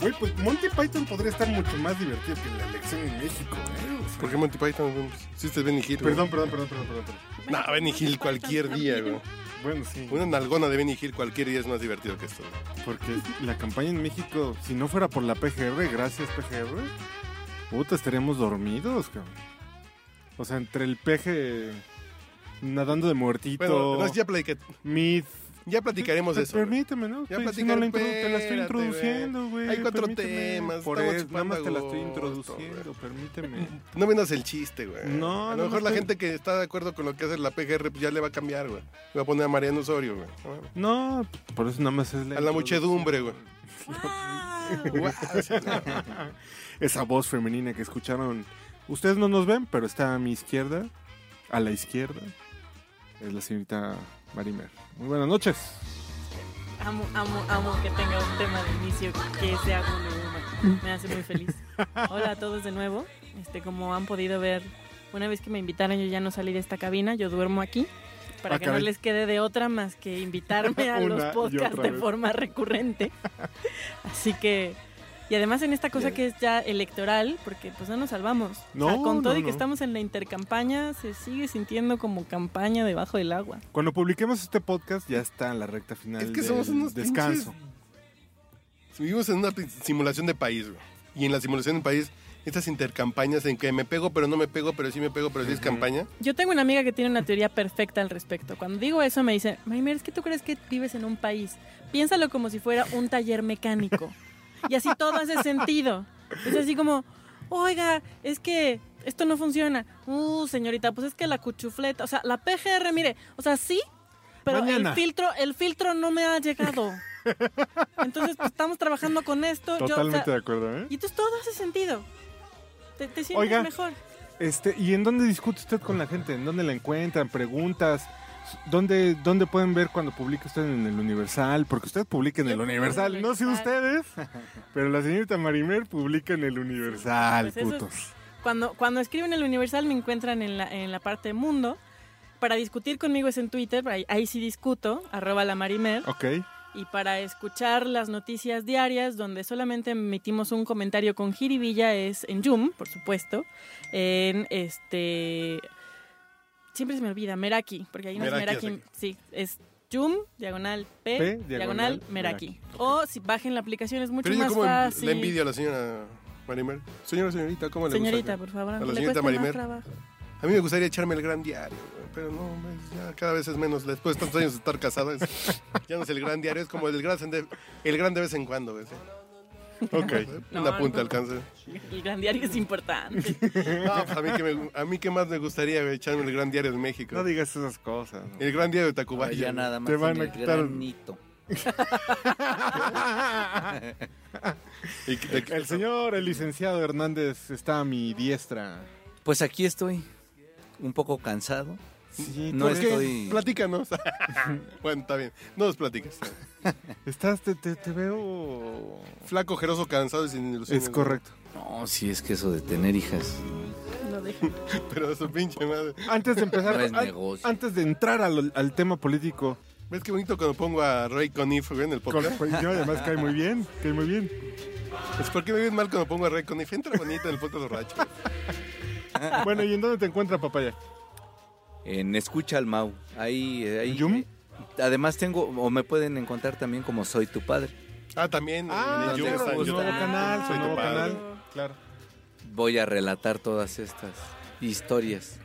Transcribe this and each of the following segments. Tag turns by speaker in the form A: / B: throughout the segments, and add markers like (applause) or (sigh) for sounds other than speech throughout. A: Güey, pues Monty Python podría estar mucho más divertido que la elección en México, ¿eh? O sea,
B: Porque Monty Python, güey, sí, este es Benny Hill. güey.
A: Perdón, perdón, perdón, perdón, perdón, perdón.
B: No, Benny Hill cualquier día, güey.
A: Bueno, sí.
B: Una nalgona de Benny Hill cualquier día es más divertido que esto. güey.
A: Porque la campaña en México, si no fuera por la PGR, gracias PGR, puta, estaríamos dormidos, cabrón. O sea, entre el PG nadando de muertito,
B: Bueno, entonces ya, platica-
A: Myth.
B: ya platicaremos de
A: Pe-
B: eso. güey.
A: Permíteme, ¿no? Estoy-
B: Ya
A: si
B: platicaré,
A: no la introdu- te la estoy
B: espérate, güey.
A: introduciendo, güey.
B: Hay cuatro
A: permíteme.
B: temas,
A: Por
B: estamos
A: eso, nada más te la estoy
B: chupando gusto,
A: introduciendo, permíteme.
B: (laughs) No vendas el chiste, güey.
A: No,
B: A
A: no
B: lo mejor
A: me
B: la
A: estoy-
B: gente que está de acuerdo con lo que hace la PGR pues, ya le va a cambiar, güey. Le Va a poner a Mariano Osorio, güey. Ah, No mames.
A: No, por eso nada más es la
B: A la
A: introducción.
B: muchedumbre, güey.
A: (laughs) Esa voz femenina que escucharon. Ustedes no nos ven, pero está a mi izquierda. A la izquierda. Es la señorita Marimer. Muy buenas noches.
C: Amo, amo, amo que tenga un tema de inicio que sea Wonder Woman. Me hace muy feliz. Hola a todos de nuevo. Este, como han podido ver, una vez que me invitaron yo ya no salí de esta cabina, yo duermo aquí para
A: Ah,
C: que
A: caray.
C: no les quede de otra más que
A: (laughs)
C: invitarme a
A: Una
C: los
A: y
C: podcasts
A: otra
C: de
A: vez. (laughs)
C: forma recurrente. Así que y además en esta cosa que es ya electoral, porque pues no nos salvamos.
A: No,
C: o sea, con todo
A: no,
C: y que
A: no.
C: estamos en la intercampaña, se sigue sintiendo como campaña debajo del agua.
A: Cuando publiquemos este podcast ya está en la recta final.
B: Es que
A: del
B: somos unos
A: descanso.
B: pinches- Vivimos en una simulación de país, güey. Y en la simulación de país, estas intercampañas en que me pego, pero no me pego, pero sí me pego, pero sí es campaña.
C: Yo tengo una amiga que tiene una teoría perfecta al respecto. Cuando digo eso me dice, Marimer, es que tú crees que vives en un país. Piénsalo como si fuera un taller mecánico. Y así todo hace sentido. Es así como, oiga, es que esto no funciona. Uh, señorita, pues es que la cuchufleta, o sea, la PGR, mire, o sea, sí, pero
A: Mañana.
C: el filtro, el filtro no me ha llegado. Entonces, pues, estamos trabajando con esto. Yo, o sea,
A: Totalmente de acuerdo, ¿eh?
C: y entonces todo hace sentido. Te, te sientes
A: Oiga,
C: mejor.
A: Este, ¿Y en dónde discute usted con la gente? ¿En dónde la encuentran? ¿Preguntas? ¿Dónde, ¿Dónde pueden ver cuando publica usted en el Universal? Porque usted publica en el
C: Yo publico en
A: Universal,
C: el
A: no sé
C: Universal.
A: ustedes, pero la señorita Marimer publica en el Universal,
C: pues eso es-
A: putos.
C: Cuando, cuando escriben el Universal me encuentran en la, en la parte de mundo. Para discutir conmigo es en Twitter, ahí, ahí sí discuto, arroba la Marimer.
A: Ok.
C: Y para escuchar las noticias diarias, donde solamente emitimos un comentario con jiribilla, es en Zoom, por supuesto. En este. Siempre se me olvida, Meraki, porque ahí no es
B: Meraki es
C: Meraki. Sí, es Zoom, diagonal P,
A: P,
C: diagonal,
A: diagonal,
C: Meraki.
A: Meraki.
C: O si bajen la aplicación, es mucho
B: Pero yo
C: más
B: como
C: fácil.
B: la envidia a la señora Marimer. Señora, señorita, ¿cómo le gusta
C: Señorita,
B: que-
C: por favor,
B: la
C: le
B: señorita
C: cuesta más
B: Marimer.
C: trabajo.
B: A mí me gustaría echarme el gran diario, güey, pero no, pues, ya cada vez es menos. Después de tantos años de estar casada,
C: (laughs)
B: es- ya no es el gran diario, es como el gran, de, el gran de vez en cuando. güey, sí.
A: Ok.
C: No,
B: Una punta
C: no.
B: alcanza.
C: El gran diario es importante.
B: No, pues, a, mí que me- a mí que más me gustaría güey, echarme el gran diario de México.
A: No digas esas cosas. ¿no?
B: el gran diario de Tacubaya.
D: ya
B: güey.
D: nada más
A: Te
D: en
A: van a
D: el
A: quitar-
D: granito.
B: Y que te-
A: El señor, el licenciado Hernández, está a mi diestra.
D: Pues aquí estoy, un poco cansado.
A: Sí,
D: No
A: tú-
B: ¿Por qué?
D: estoy- (laughs)
B: Platícanos. bueno, está bien. No nos platicas.
A: Estás, te, te- te veo...
B: Flaco, ojeroso, cansado y sin ilusiones.
A: Es correcto.
D: No, sí, es que eso de tener hijas.
C: (laughs) No dejen.
B: Pero su pinche madre.
A: Antes de empezar,
D: No es
A: an-
D: negocio.
A: antes de entrar al, al tema político,
B: ¿Ves qué bonito cuando pongo a Ray Conniff güey, en el
A: con,
B: podcast?
A: yo, además cae muy bien, cae muy bien.
B: Es porque me ves mal cuando pongo a Ray Conniff. Entra bonito en el podcast borracho. güey.
A: Bueno, ¿y en dónde te encuentra papaya?
D: En Escucha al Mau. Ahí, eh, ahí.
A: ¿Yum?
D: eh, además tengo, o me pueden encontrar también como Soy tu padre.
B: Ah, también.
A: Ah,
B: en el
D: claro,
B: Yum está en
D: pues,
B: YouTube.
A: nuevo canal,
B: Soy
A: su
B: tu
A: nuevo
B: padre.
A: canal. Claro.
D: Voy a relatar todas estas historias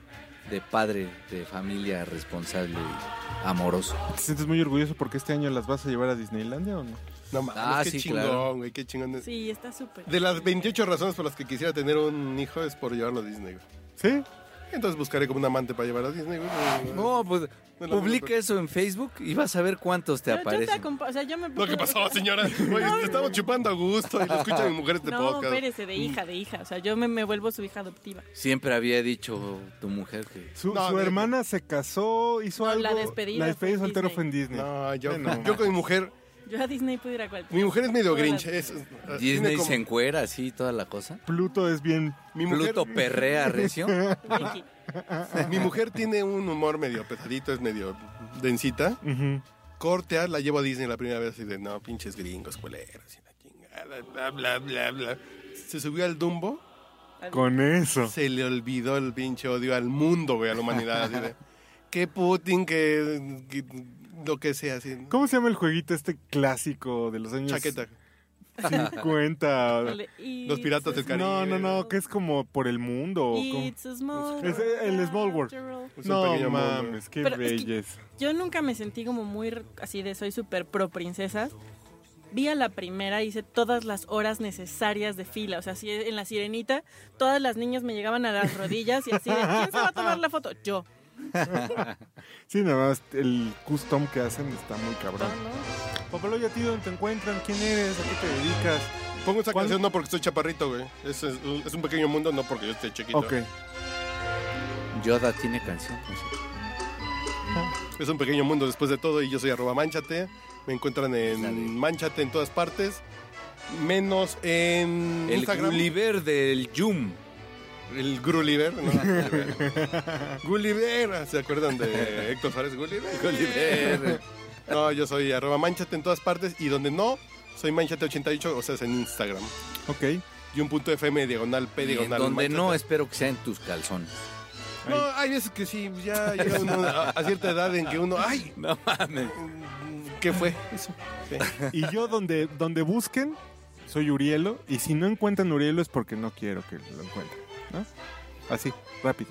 D: de padre, de familia responsable y amoroso.
A: ¿Te sientes muy orgulloso porque este año las vas a llevar a Disneylandia o no?
B: No mames,
D: Ah,
B: qué
D: sí, claro.
B: chingón, güey, qué chingón.
C: Sí, está súper.
B: De las 28 razones por las que quisiera tener un hijo es por llevarlo a Disney, güey.
A: ¿Sí?
B: Entonces buscaré como un amante para llevar a Disney, güey.
D: No, pues
B: No lo
D: publica
B: veo.
D: eso en Facebook y vas a ver cuántos te
C: Pero yo te
D: aparecen.
C: acompa- o sea, yo me
B: No, ¿qué pasó, señora? Oye, te estamos chupando a gusto y lo escuchan mujeres de
C: No,
B: este podcast.
C: espérese, de hija, de hija. O sea, yo me, me vuelvo su hija adoptiva.
D: Siempre había dicho tu mujer que
A: Su,
B: No,
A: su
B: no,
A: hermana se casó, hizo
C: No,
A: algo.
C: la despedida
A: La
C: fue
A: despedida
C: en
A: soltero
C: Disney.
A: fue en Disney.
B: No, yo,
A: Bueno.
B: yo con mi mujer,
C: Yo a Disney pudiera ir a cualquier.
B: mi mujer es medio
C: Hola.
B: grinch. ¿eh? es- es- Ah, tiene
D: Disney
B: como-
D: se encuera así toda la cosa.
A: Pluto es bien.
B: mi mujer,
D: Pluto
B: (laughs)
D: perrea recio.
C: Ricky.
B: mi mujer tiene un humor medio pesadito, es medio densita.
A: Ujú.
B: Cortea, la llevo a Disney la primera vez y de no, pinches gringos, culeros, y la chingada, bla, bla, bla, bla. Se subió al Dumbo,
A: Con eso.
B: se le olvidó el pinche odio al mundo, güey, a la humanidad. así de, que Putin, que, que lo que sea, así.
A: ¿Cómo se llama el jueguito este clásico de los años
B: Chaqueta.
A: 50?
B: (laughs)
C: Híjole, y-
B: Los piratas del Caribe.
A: no, no, no, que es como por el mundo. o como-
C: It's a small
A: Es el Small World.
C: after all.
B: Es un
A: No
B: pequeño mundo.
A: mames, qué
C: Pero es que-
A: belleza.
C: Yo nunca me sentí como muy r- así de soy súper pro princesas. Vi a la primera, hice todas las horas necesarias de fila. O sea, así en la sirenita, todas las niñas me llegaban a
A: (laughs)
C: las rodillas y así de, ¿quién se va a tomar la foto? Yo.
A: Sí, nada más el custom que hacen está muy cabrón. Papalo, ya a ti dónde te encuentran, quién eres, a qué te dedicas.
B: Pongo esa
A: ¿Cuál?
B: canción no porque soy chaparrito, güey. Es, es- es un pequeño mundo, no porque yo esté chiquito.
A: Ok.
D: Yoda tiene canción. no sé.
B: Es un pequeño mundo después de todo y yo soy arroba manchate. Me encuentran
D: Dale.
B: en manchate en todas partes. Menos en
D: El
B: Instagram.
D: Gulliver del Yum.
B: El Gulliver. No,
D: (laughs)
B: Gulliver. (laughs) Gulliver. ¿Se acuerdan de Héctor Suárez Gulliver?
D: Gulliver.
B: No, yo soy arroba manchate en todas partes y donde no, soy manchate88, o sea, es en Instagram.
A: Ok.
B: Y un punto FM diagonal P
D: Y en
B: diagonal.
D: donde
B: manchate.
D: no, espero que sea en tus calzones.
B: No, hay veces que sí, ya llega uno a, a cierta edad en que uno, ay,
D: (laughs) No mames.
B: ¿qué fue? Eso. Sí.
A: Y yo donde, donde busquen, soy Urielo. Y si no encuentran Urielo es porque no quiero que lo encuentren. ¿no? Así, rápido.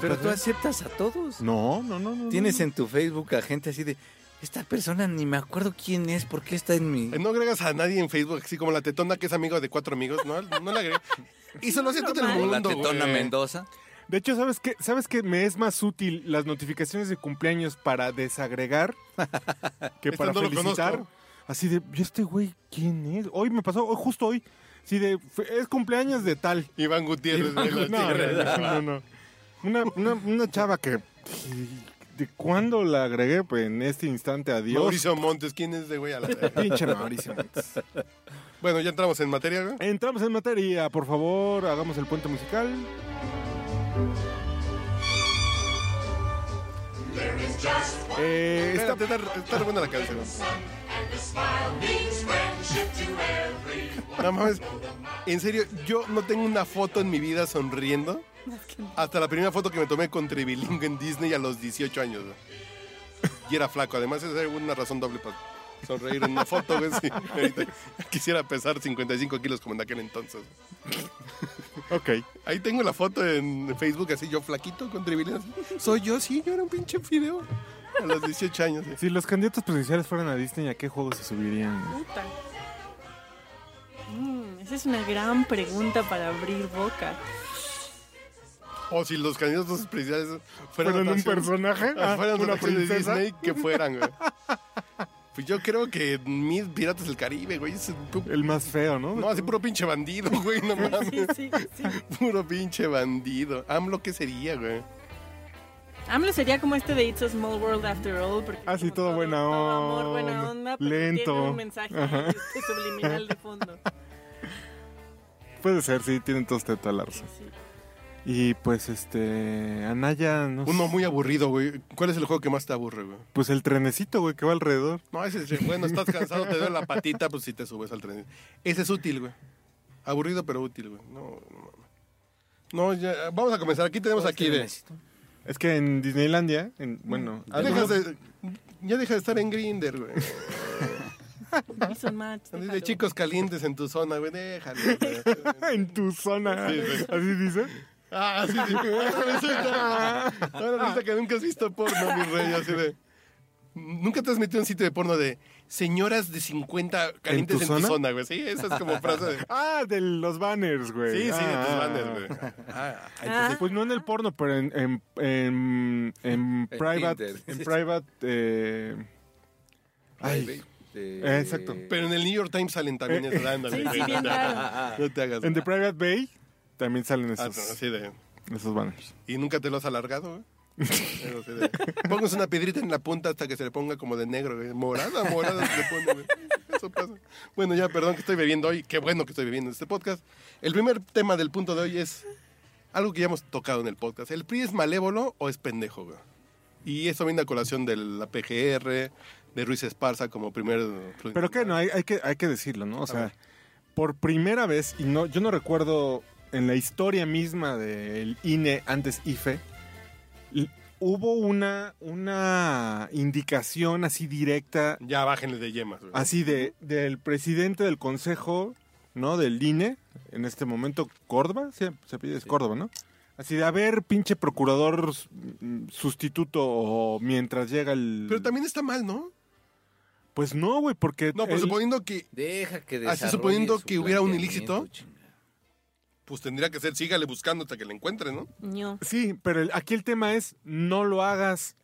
D: Pero tú
A: ¿Ustedes?
D: aceptas a todos.
A: No, no, no, no.
D: Tienes
A: no.
D: en tu Facebook a gente así de. Esta persona ni me acuerdo quién es, por qué está en mi.
B: Eh, No agregas a nadie en Facebook, así como la tetona que es amigo de cuatro amigos, ¿no? No la agregas. Y solo hace todo el
C: normal.
D: O
B: mundo,
D: la tetona
B: güey.
D: Mendoza.
A: De hecho, ¿sabes qué? ¿Sabes qué? Me es más útil las notificaciones de cumpleaños para desagregar que
B: Este
A: para
B: no lo
A: felicitar.
B: conozco.
A: Así de, ¿y este güey quién es? Hoy me pasó, hoy, justo hoy. Sí, de, fue- es cumpleaños de tal.
B: Iván Gutiérrez. de la
A: No,
B: Tigre.
A: no, no, no. Una, una, una chava que. ¿De cuándo la agregué? Pues en este instante, adiós.
B: Mauricio Montes, ¿quién es de güey? A la verga.
A: Pinche Mauricio.
B: Bueno, ya entramos en materia, güey.
A: Entramos en materia, por favor, hagamos el puente musical. Eh,
B: Está,
A: está-
B: está, está re buena la canción. No mames. En serio, yo no tengo una foto en mi vida sonriendo. Hasta la primera foto que me tomé con Trivilingo en Disney a los 18 años. güey. Y era flaco. Además, esa era una razón doble para sonreír en una foto. güey,
A: (laughs)
B: sí. Ahorita Quisiera pesar 55 kilos como en aquel entonces.
A: ok.
B: Ahí tengo la foto en Facebook, así yo flaquito con Trivilingo. Soy yo, sí, yo era un pinche fideo. A los 18 años. güey.
A: Si los candidatos presidenciales fueran a Disney, ¿a qué juego se subirían?
C: Puta. Mm, esa es una gran pregunta para abrir
A: (laughs)
C: boca.
B: O si los candidatos presidenciales fueran,
A: ¿Fueran un
B: atracción-
A: personaje?
B: Ah,
A: Ah,
B: fueran
A: ¿Una
B: atracción de
A: princesa?
B: Disney, que fueran, güey. Pues yo creo que mis piratas del Caribe, güey. es pu-
A: El más feo, ¿no?
B: no, así puro pinche bandido, (laughs) güey. No
C: Sí,
B: mames.
C: sí, sí.
B: Puro pinche bandido. AMLO, ¿qué sería, güey?
C: AMLO sería como este de It's a Small World After All. Porque
A: Ah, sí,
C: como
A: todo buena
C: amor, buena
A: onda,
C: onda, pero
A: lento.
C: tiene un mensaje
A: Ajá.
C: este, (laughs) subliminal de fondo.
A: Puede ser, sí, tienen todos toda la razón.
C: Sí.
A: Y pues, este. Anaya, no sé,
B: Uno muy aburrido, güey. ¿Cuál es el juego que más te aburre, güey?
A: Pues el trenecito, güey, que va alrededor.
B: No, ese es, bueno, estás cansado, te duele la patita, pues si te subes al tren. Ese es útil, güey. Aburrido, pero útil, güey. No, no mames. No, ya, vamos a comenzar. Aquí
D: Este
B: tenemos aquí de...
A: Es que en Disneylandia, en, bueno,
B: Ah, dejas de- ya deja de estar en Grinder,
C: (laughs)
B: güey.
C: Wilson Match.
B: Así de
C: déjalo.
B: chicos calientes en tu zona, güey. Déjalo.
A: (laughs)
B: güey.
A: en tu zona,
B: Sí, sí.
A: así dice.
B: ah, sí, sí. Ahora resulta, ahora resulta que nunca has visto porno, mi rey. Así de. Nunca te has metido en un sitio de porno de señoras de 50 calientes en tu,
A: zona?
B: zona, güey. Sí, esa es como frase de.
A: Ah, de los banners, güey.
B: Sí, sí, de tus
A: Ah.
B: bandas, güey. Ah,
C: Ah,
A: Pues no en el porno, pero en, en, en, en private.
D: Tinder.
A: En private. eh, ay, eh,
D: De-
A: exacto.
B: Pero en el New York Times salen también esas randas,
C: sí,
B: güey.
C: sí, bien raro.
B: No te hagas.
A: en The Private Bay también salen
B: Ah, no,
A: esos,
B: así de-
A: esos banners.
B: Y nunca te lo has alargado, güey. Pero así de, Póngase una piedrita en la punta hasta que se le ponga como de negro, güey. Morada, morada se le pone, güey. Eso pasa. Bueno, ya, perdón que estoy bebiendo hoy. Qué bueno que estoy bebiendo en este podcast. El primer tema del punto de hoy es algo que ya hemos tocado en el podcast. ¿El PRI es malévolo o es pendejo, güey? Y eso viene a colación de la PGR, de Ruiz Esparza como primer...
A: Pero que no, hay, hay que, hay que decirlo, ¿no? O sea, por primera vez, y no, yo no recuerdo en la historia misma del INE antes IFE, l- hubo una, una indicación así directa
B: Ya bájenle de yemas, güey.
A: así de del presidente del consejo, ¿no? Del INE, en este momento Córdoba, sí, se pide es Córdoba, ¿no? Así de, a ver, pinche procurador mm, sustituto o mientras llega el...
B: Pero también está mal, ¿no?
A: Pues no, güey, porque...
B: No, pero
A: el-
B: suponiendo que
D: Deja que
B: Así
D: desarrolle
B: suponiendo
D: su
B: que hubiera un
D: planteamiento,
B: ilícito.
D: chinga.
B: pues tendría que ser, sígale buscando hasta que le encuentre, ¿no?
C: ño.
A: Sí, pero el- aquí el tema es, no lo hagas.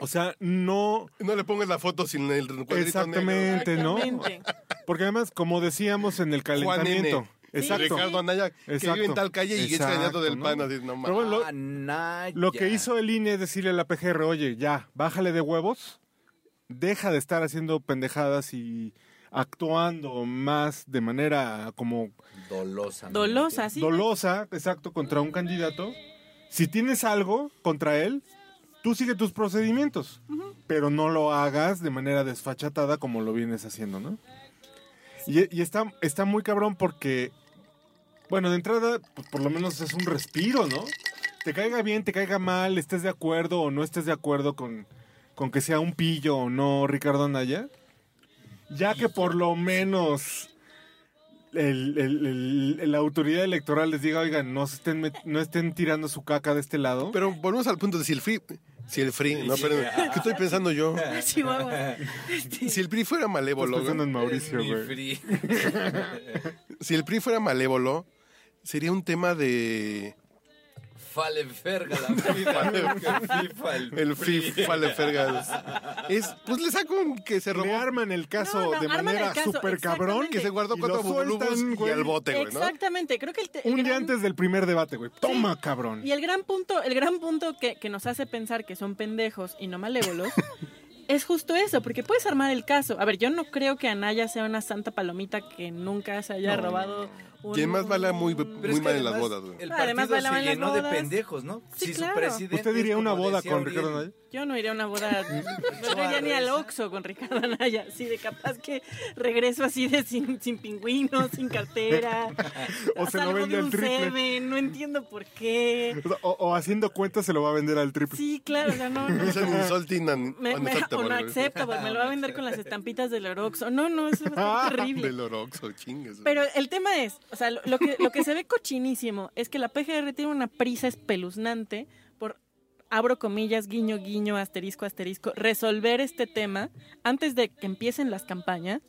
A: O sea, no...
B: No le pongas la foto sin el cuadrito negro.
A: Exactamente, ¿no?
C: Exactamente.
A: Porque además, como decíamos en el
B: N.
A: calentamiento...
B: Y
A: Exacto.
B: Ricardo Anaya, que
A: Exacto.
B: vive en tal calle y es
A: Exacto,
B: candidato del
A: ¿no?
B: PAN, así, no mames.
A: Pero bueno,
D: Ah,
A: lo-
D: Anaya.
A: Lo que hizo el INE es decirle a la PGR, oye, ya, bájale de huevos, deja de estar haciendo pendejadas y actuando más de manera como
D: Dolosa.
C: Dolosa, (laughs) sí.
A: dolosa, exacto, contra un candidato. Si tienes algo contra él, tú sigue tus procedimientos, pero no lo hagas de manera desfachatada como lo vienes haciendo, ¿no? Y, y está, está muy cabrón porque, bueno, de entrada, pues, por lo menos es un respiro, ¿no? Te caiga bien, te caiga mal, estés de acuerdo o no estés de acuerdo con, con que sea un pillo o no Ricardo Anaya. Ya que por lo menos el- el- el- la autoridad electoral les diga, oigan, no, se estén, met- no estén tirando su caca de este lado.
B: Pero volvemos al punto de si el free... Si el free... No, espérame. ¿Qué estoy pensando
A: (laughs)
B: yo?
C: Chihuahua.
B: Si el PRI fuera
A: Estás
B: malévolo,
A: pensando en Mauricio,
D: Mi
A: güey.
D: fri-
B: güey, si el PRI fuera malévolo, sería un tema de...
D: Faleferga la
B: (laughs)
D: FIFA, el FIFA, el
B: El free
D: fri-
B: falefergas. Es, pues le saco un que se
A: Le
B: robó,
A: arman el caso
C: No, no,
A: de
C: arman el
A: manera
C: caso,
A: súper cabrón.
B: que se guardó
A: y
B: cuatro
A: lo sueltan,
B: bulubos y
A: güey.
B: al bote, güey, ¿no?
C: Exactamente. Creo que el te- el
A: Un día
C: gran-
A: antes del primer debate, güey. Toma, cabrón.
C: Y el gran punto, el gran punto que, que nos hace pensar que son pendejos y no malévolos es justo eso, porque puedes armar el caso. A ver, yo no creo que Anaya sea una santa palomita que nunca se haya robado un.
B: Y además baila muy-
C: un-
D: Pero
B: Muy
D: es que
B: mal en las
D: además
B: bodas, güey.
D: El
C: Ah, además
D: partido
C: bailaban
D: se
C: las
D: llenó de
C: bodas.
D: pendejos, ¿no?
C: Sí,
D: si su
C: claro.
D: presidente
A: ¿Usted diría
D: es
A: una
D: como
A: boda
D: decía
A: con
D: Uriel,
A: Ricardo Anaya?
C: Yo no iría a una boda, yo no iría ni al Oxxo con Ricardo Anaya, así de capaz que regreso así de sin, sin pingüino, sin cartera,
A: O se lo
C: salgo
A: vende
C: de
A: al
C: un
A: triple.
C: Seven, no entiendo por qué.
A: O, sea, o- o haciendo cuentas se lo va a vender al triple.
C: Sí, claro, o sea, no, no.
D: (laughs)
B: Es un ¿eh? insulting and
C: Me, me,
B: unacceptable,
C: o no
B: güey.
C: acceptable, me lo va a vender con las estampitas del Oroxo. No, no, eso es terrible.
B: Del Oroxo, chingues. güey.
C: Pero el tema es, o sea, lo, lo que, lo que se ve cochinísimo es que la PGR tiene una prisa espeluznante por, abro comillas, guiño, guiño, asterisco, asterisco, resolver este tema antes de que empiecen las campañas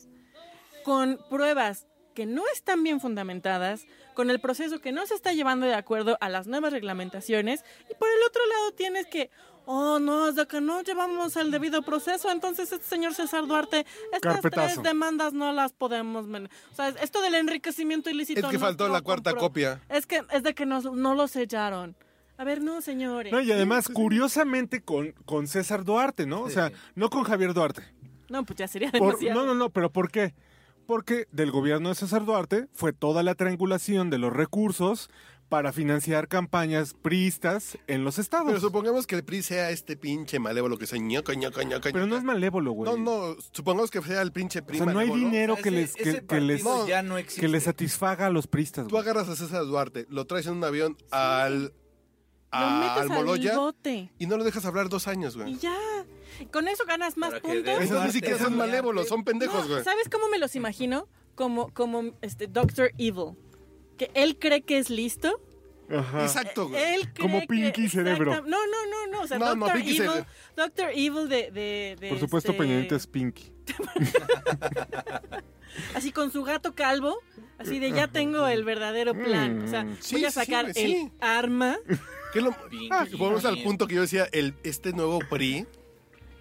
C: con pruebas que no están bien fundamentadas, con el proceso que no se está llevando de acuerdo a las nuevas reglamentaciones, y por el otro lado tienes que, oh no, de que no llevamos el debido proceso, entonces este señor César Duarte, estas
A: Carpetazo.
C: tres demandas no las podemos... men- O sea, esto del enriquecimiento ilícito...
B: Es que
C: no
B: faltó
C: lo
B: la cuarta
C: compro-
B: copia.
C: Es que es de que nos- no lo sellaron. A ver, no, señores.
A: No, y además, curiosamente, con, con César Duarte, ¿no? O sea,
D: Sí.
A: no con Javier Duarte.
C: No, pues ya sería
A: Por-
C: demasiado.
A: no, no, no, pero ¿por qué? Porque del gobierno de César Duarte fue toda la triangulación de los recursos para financiar campañas priistas en los estados.
B: Pero
A: Pero,
B: supongamos que el PRI sea este pinche malévolo que sea ñoco, ñoco, ñoco.
A: no es malévolo, güey.
B: No, no, supongamos que sea el pinche
A: O
B: PRI
A: sea, no hay
B: malévolo.
A: dinero
D: Ese-
A: que les,
D: ese
A: que, que les,
D: partido ya no existe.
A: que les satisfaga a los priistas,
B: Tú
A: güey.
B: agarras a César Duarte, lo traes en un avión al, a, al
C: lo metes al
B: Moloya
C: bote.
B: y no lo dejas hablar dos años,
C: Y
B: güey.
C: ya. Con eso ganas más
D: Para que
C: puntos.
D: de-
B: Esos ni
D: Duarte,
B: siquiera son
D: Duarte.
B: malévolos, son pendejos,
C: No,
B: güey.
C: ¿Sabes cómo me los imagino? Como, como este Doctor Evil. Que él cree que es listo
B: Ah.
A: Ajá.
B: Exacto, güey.
C: Él cree
A: Como
C: que-
A: Pinky Cerebro.
C: exacta- No, no, no, no. O sea,
B: No, no,
C: Doctor,
B: Pinky
C: Evil,
B: Cerebro.
C: Doctor Evil de. de- de
A: Por supuesto,
C: este-
A: Peñanita es Pinky.
C: Así con su gato calvo, así de ya tengo el verdadero plan. O sea,
B: Mm. Sí,
C: voy a
B: sí,
C: sacar
B: güey, sí.
C: el arma.
B: ¿Qué es lo-
D: Pinky,
B: Ah, volvemos al
D: bien.
B: punto que yo decía, el, este nuevo PRI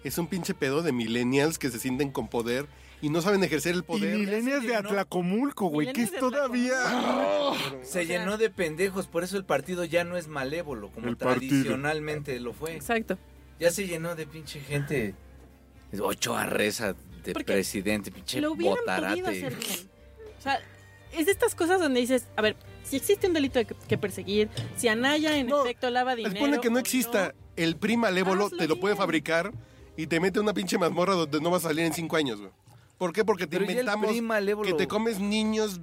B: es un pinche pedo de millennials que se sienten con poder y no saben ejercer el
A: Y
B: poder.
A: milenias
D: Sí,
A: de
D: ¿no?
A: Atlacomulco, güey, que
C: Milenias
A: es
C: de
A: todavía...
D: Se llenó de pendejos, por eso el partido ya no es malévolo, como
A: El partido.
D: tradicionalmente lo fue.
C: Exacto.
D: Ya se llenó de pinche gente. Ocho arreza de
C: Porque
D: presidente, pinche
C: Lo hubieran podido
D: botarate.
C: hacer bien. O sea, es de estas cosas donde dices, a ver, si existe un delito que, que perseguir, si Anaya en
B: No,
C: efecto lava dinero.
B: Les pone que
C: o
B: no exista el PRI malévolo,
C: Hazlo
B: te lo puede
C: bien.
B: fabricar y te mete una pinche mazmorra donde no va a salir en cinco años, güey. ¿Por qué? Porque te
D: Pero ya el
B: inventamos
D: PRI malévolo.
B: que te comes niños,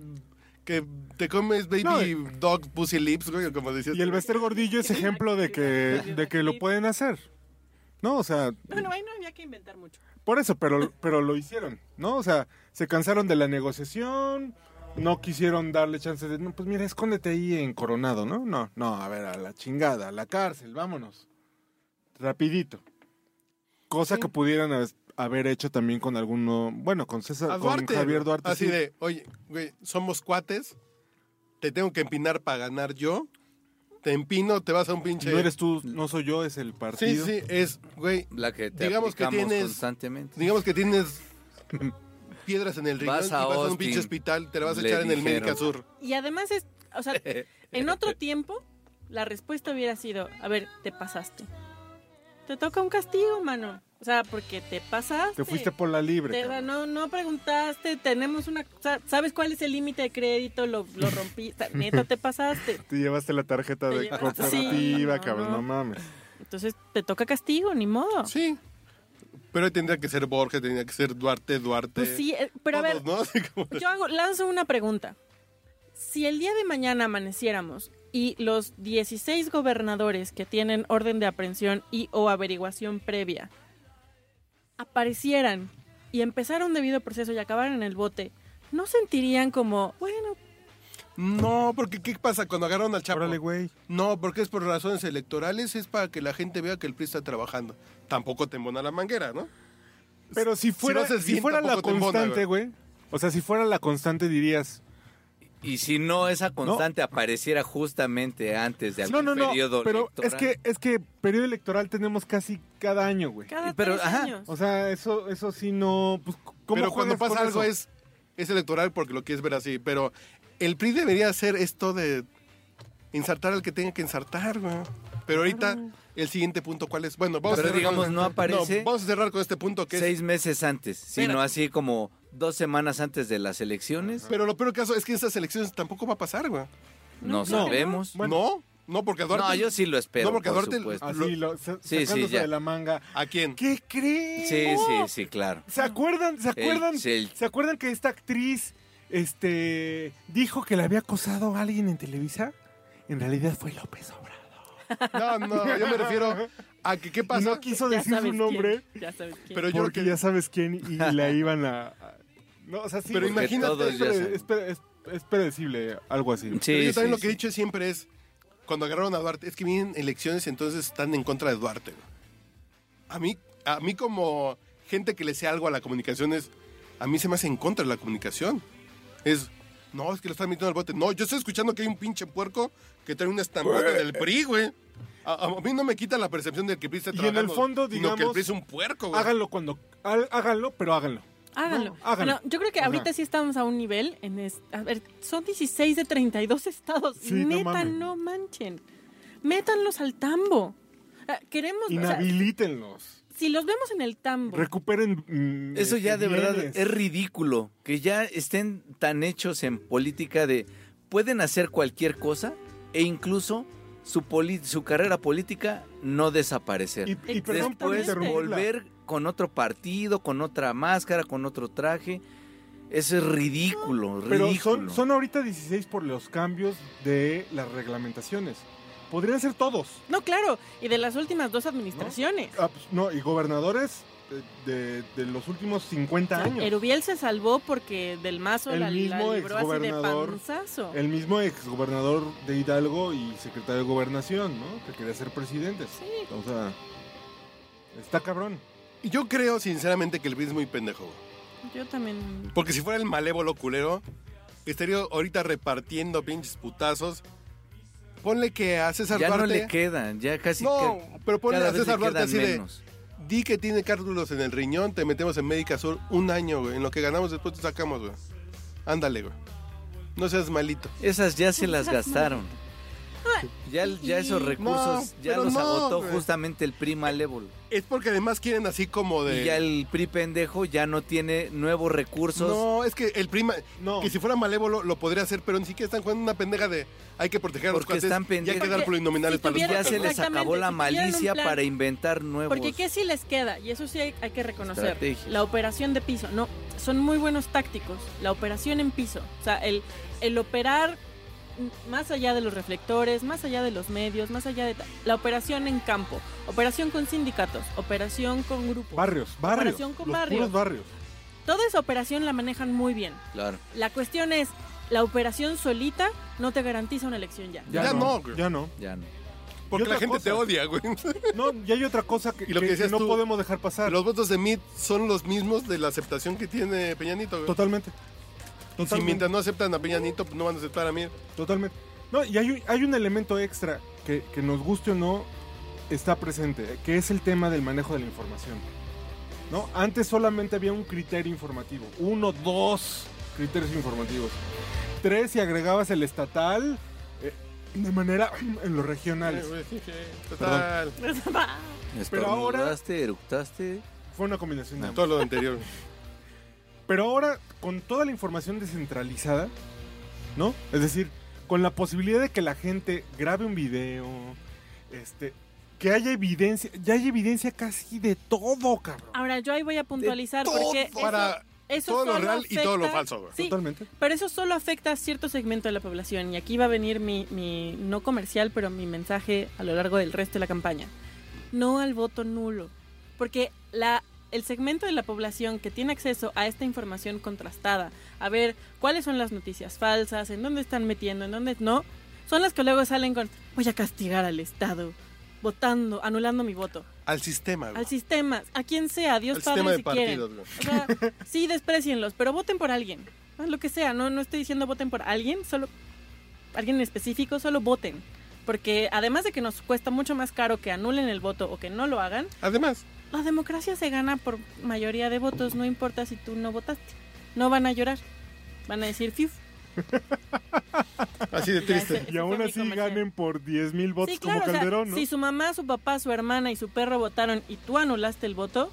B: que te comes baby dog pussy lips, güey, como decías.
A: Y el Bester Gordillo es ejemplo de que, de que lo pueden hacer. No, o sea,
C: Bueno, ahí no había que inventar mucho.
A: Por eso, pero, pero lo hicieron, ¿no? O sea, se cansaron de la negociación, no quisieron darle chance de, no, pues mira, escóndete ahí en Coronado, ¿no? No, no, a ver, a la chingada, a la cárcel, vámonos. Rapidito. Cosa que pudieran has- haber hecho también con alguno, bueno, con César,
B: A
A: con
B: Duarte,
A: Javier Duarte.
B: Así
A: sí.
B: de, oye, güey, somos cuates, te tengo que empinar para ganar yo, te empino, te vas a un pinche...
A: No eres tú, no soy yo, es el
B: Sí,
A: partido.
B: sí, es, güey,
D: La que te
B: Digamos que
D: aplicamos
B: tienes-
D: constantemente. (laughs)
B: digamos que tienes
A: (laughs)
B: piedras en el riñón
D: Vas
B: y
D: a
B: vas a un
D: Austin,
B: pinche hospital, te la vas a
D: le
B: echar en el
D: dijeron.
B: Médica Sur.
C: Y además es, o sea,
A: (laughs)
C: en otro tiempo la respuesta hubiera sido, a ver, te pasaste. Te toca un castigo, mano. O sea, porque te pasaste.
A: Te fuiste por la libre.
C: Te-
A: cabrón.
C: no, no preguntaste, tenemos una... o sea, ¿Sabes cuál es el límite de crédito? Lo, lo
A: (laughs)
C: rompiste, neta, te pasaste.
A: Te llevaste la tarjeta
C: Te
A: de
C: llevaste-
A: corporativa,
C: Sí, no,
A: cabrón,
C: no.
A: no mames.
C: Entonces te toca castigo, ni modo.
B: Sí, pero ahí tendría que ser Borges, tendría que ser Duarte, Duarte.
C: Pues sí, eh, pero a ver,
B: todos, ¿no? (laughs) Así como-
C: yo hago, lanzo una pregunta. Si el día de mañana amaneciéramos y los 16 gobernadores que tienen orden de aprehensión y o averiguación previa aparecieran y empezaron debido proceso y acabaran en el bote, ¿no sentirían como, bueno,
B: No, porque ¿qué pasa cuando agarraron al Chapo?
A: Órale, güey.
B: No, porque es por razones electorales, es para que la gente vea que el PRI está trabajando. Tampoco te embona la manguera, ¿no?
A: Pero si
B: lo
A: fuera, si
B: haces bien,
A: fuera la
B: tampoco te embona,
A: constante, güey. O sea, si fuera la constante dirías.
D: Y si no, esa constante apareciera justamente antes de
A: No,
D: algún
A: no, no.
D: periodo
A: Pero
D: electoral.
A: es que, es que periodo electoral tenemos casi cada año, güey.
C: cada
D: Pero,
C: tres
D: ajá,
C: años?
A: O sea, eso, eso sí no. Pues, ¿cómo
B: pero cuando
A: juegas con
B: pasa algo
A: eso?
B: es, es electoral porque lo quieres ver así. Pero el PRI debería hacer esto de ensartar al que tenga que ensartar, güey. Pero ahorita, el siguiente punto, ¿cuál es? Bueno, vamos
D: Pero
B: a cerrar
D: digamos,
B: con- este,
D: no aparece.
B: vamos a cerrar con este punto que
D: seis meses antes, sino
B: Espérate.
D: así como dos semanas antes de las elecciones.
B: es. Pero lo peor caso es que estas elecciones tampoco va a pasar, güey.
D: No,
C: No,
D: sabemos. No,
B: No, no, porque a Duarte.
D: yo sí lo espero.
B: No, porque
D: por
B: Duarte-
D: supuesto.
A: Así, lo, sa-
D: Sí, sí,
A: sacándose
D: ya.
A: de la manga.
B: ¿A quién?
A: ¿Qué crees?
D: Sí, sí, sí, claro.
A: ¿Se acuerdan? ¿Se acuerdan?
D: sí, el-
A: ¿Se acuerdan que esta actriz este, dijo que le había acosado a alguien en Televisa? En realidad fue López Obrador.
B: (laughs) No, no, yo me refiero a que qué
A: Y
B: pasa.
A: no quiso
C: Ya
A: decir su
C: sabes
A: nombre.
C: quién, ya sabes quién.
B: pero yo creo
A: porque
B: que
A: ya sabes quién
D: (laughs)
A: y la iban a. a- No, o sea, sí,
B: Pero
A: porque
B: imagínate,
D: todos
A: es,
D: ya
A: pre-
D: saben.
A: es pre- es- es predecible, algo así.
D: Sí,
B: Pero yo
D: sí,
B: también lo
D: sí.
B: que he dicho siempre es, cuando agarraron a Duarte, es que vienen elecciones, entonces están en contra de Duarte. güey. A mí, a mí como gente que le sea algo a la comunicación es, a mí se me hace en contra de la comunicación. Es, no, es que lo están metiendo al bote. No, yo estoy escuchando que hay un pinche puerco que trae una estampada del PRI, güey. A, a mí no me quita la percepción de que el PRI está
A: Y en el
B: trabajando.
A: fondo,
B: sino que el
A: digamos,
B: PRI es un puerco, güey.
A: Háganlo cuando. há- Háganlo, pero háganlo.
C: Háganlo.
A: No, háganlo.
C: Bueno, yo creo que
A: Ajá.
C: ahorita sí estamos a un nivel. En es- a ver, son 16 de 32 estados.
A: Sí, no
C: Neta,
A: mames.
C: no, manchen. Métanlos al tambo. Ah, Queremos. o sea,
A: Inhabilítenlos.
C: si los vemos en el tambo.
A: Recuperen. mm,
D: Eso ya
A: este,
D: de verdad
A: bienes.
D: es ridículo. Que ya estén tan hechos en política de pueden hacer cualquier cosa e incluso su, poli- su carrera política no desaparecer.
A: Y, y perdón por
D: Después
C: interrumpirla.
D: volver con otro partido, con otra máscara, con otro traje. Eso es ridículo,
A: Pero
D: ridículo.
A: son, son ahorita 16 por los cambios de las reglamentaciones. Podrían ser todos.
C: No, claro. Y de las últimas dos administraciones.
A: Ah, pues, no, y gobernadores de, de los últimos 50 años.
C: Erubiel se salvó porque del mazo
A: El
C: la, la
A: mismo
C: libró así de
A: exgobernador, eh.
C: panzazo.
A: El mismo exgobernador de Hidalgo y secretario de gobernación, ¿no? Que quería ser presidente.
C: Sí.
A: O sea, está cabrón.
B: Y yo creo, sinceramente, que el PRI es muy pendejo. güey.
C: Yo también.
B: Porque si fuera el malévolo culero, estaría ahorita repartiendo pinches putazos. Ponle que a César
D: Ya no
B: Duarte-
D: le quedan, ya casi.
B: No,
D: ca-
B: pero ponle
D: cada
B: a
D: vez
B: César
D: le
B: Duarte
D: quedan
B: así de.
D: menos.
B: Di que tiene cálculos en el riñón, te metemos en Médica Sur un año, güey. En lo que ganamos después te sacamos, güey. Ándale, güey. No seas malito.
D: Esas ya se las
B: (laughs)
D: gastaron. Ya, ya esos
C: No,
D: recursos ya
B: pero
D: los
B: no,
D: agotó
B: güey.
D: justamente el PRI malévolo.
B: Es porque además quieren así como de.
D: Y ya el PRI pendejo ya no tiene nuevos recursos.
B: No, es que el prima.
A: No.
B: Que si fuera malévolo lo podría hacer, pero ni siquiera están jugando una pendeja de. Hay que proteger a los
D: Porque
B: cuates.
D: están
B: y hay que
D: pendejos.
B: dar
C: Porque
B: plurinominales
C: si
B: para los
D: ya
C: tuvieran-
B: cuates,
D: se
B: güey.
D: les acabó
C: Exactamente,
D: la
C: si tuvieran un
D: malicia
C: plan.
D: para inventar nuevos.
C: Porque ¿qué sí les queda? Y eso sí hay, hay que reconocer.
D: Estrategias.
C: La operación de piso. No, son muy buenos tácticos. La operación en piso. O sea, el, el operar mm, más allá de los reflectores, más allá de los medios, más allá de... ta- La operación en campo. Operación con sindicatos. Operación con grupos.
A: Barrios, barrios.
C: Comparación con
A: los
C: barrios.
A: puros barrios.
C: Toda esa operación la manejan muy bien.
D: Claro.
C: La cuestión es, la operación solita no te garantiza una elección ya. (laughs)
B: Ya no, güey.
A: Ya no.
D: Ya no.
B: Porque
A: Y
B: la
A: otra
B: gente
A: cosa.
B: te odia, güey.
A: No, y hay otra cosa que,
B: Y lo
A: que-
B: que
A: que
B: decías
A: no
B: tú,
A: podemos dejar pasar.
B: (laughs) Los votos de Mid son los mismos de la aceptación que tiene Peñanito, güey.
A: Totalmente.
B: Si
A: Totalmente.
B: mientras no aceptan a Peñanito, pues no van a aceptar a Mid.
A: Totalmente. No, y hay, un- hay un elemento extra que, que nos guste o no está presente, que es el tema del manejo de la información. ¿No? Antes solamente había un criterio informativo. Uno, dos criterios informativos. Tres, si agregabas el estatal eh, de manera en los regionales.
B: Total.
A: Pero ahora-
D: Estornudaste, eructaste.
A: Fue una combinación de ambos.
B: Todo lo (laughs) anterior.
A: Pero ahora, con toda la información descentralizada, ¿no? Es decir, con la posibilidad de que la gente grabe un video, este, que haya evidencia, ya hay evidencia casi de todo, cabrón.
C: Ahora, yo ahí voy a puntualizar
B: Todo
C: porque eso-
B: para
C: eso
B: todo lo
C: solo
B: real y todo lo
C: afecta-
B: falso, güey.
C: Sí,
A: Totalmente.
C: Pero eso solo afecta a cierto segmento de la población y aquí va a venir mi, mi no comercial, pero mi mensaje a lo largo del resto de la campaña. No al voto nulo, porque la, el segmento de la población que tiene acceso a esta información contrastada, a ver cuáles son las noticias falsas, en dónde están metiendo, en dónde no, son las que luego salen con voy a castigar al Estado, votando, anulando mi voto,
B: Al sistema, güey.
C: al sistema, a quien sea, a Dios
B: Al sistema
C: Padre
B: de
C: si quieren.
B: partidos, güey.
C: O sea, sí, desprecienlos, pero voten por alguien. Ah, Lo que sea, no, no estoy diciendo voten por alguien, solo alguien en específico, solo voten. Porque además de que nos cuesta mucho más caro que anulen el voto o que no lo hagan,
B: Además,
C: la democracia se gana por mayoría de votos, no importa si tú no votaste. No van a llorar, van a decir fiu.
B: así de triste.
C: Ese
A: Y aún
C: fue mi
A: así
C: comercial.
A: ganen por 10 mil votos
C: Sí, claro, o
A: como
C: sea,
A: Calderón, ¿no?
C: si su mamá, su papá, su hermana y su perro votaron y tú anulaste el voto,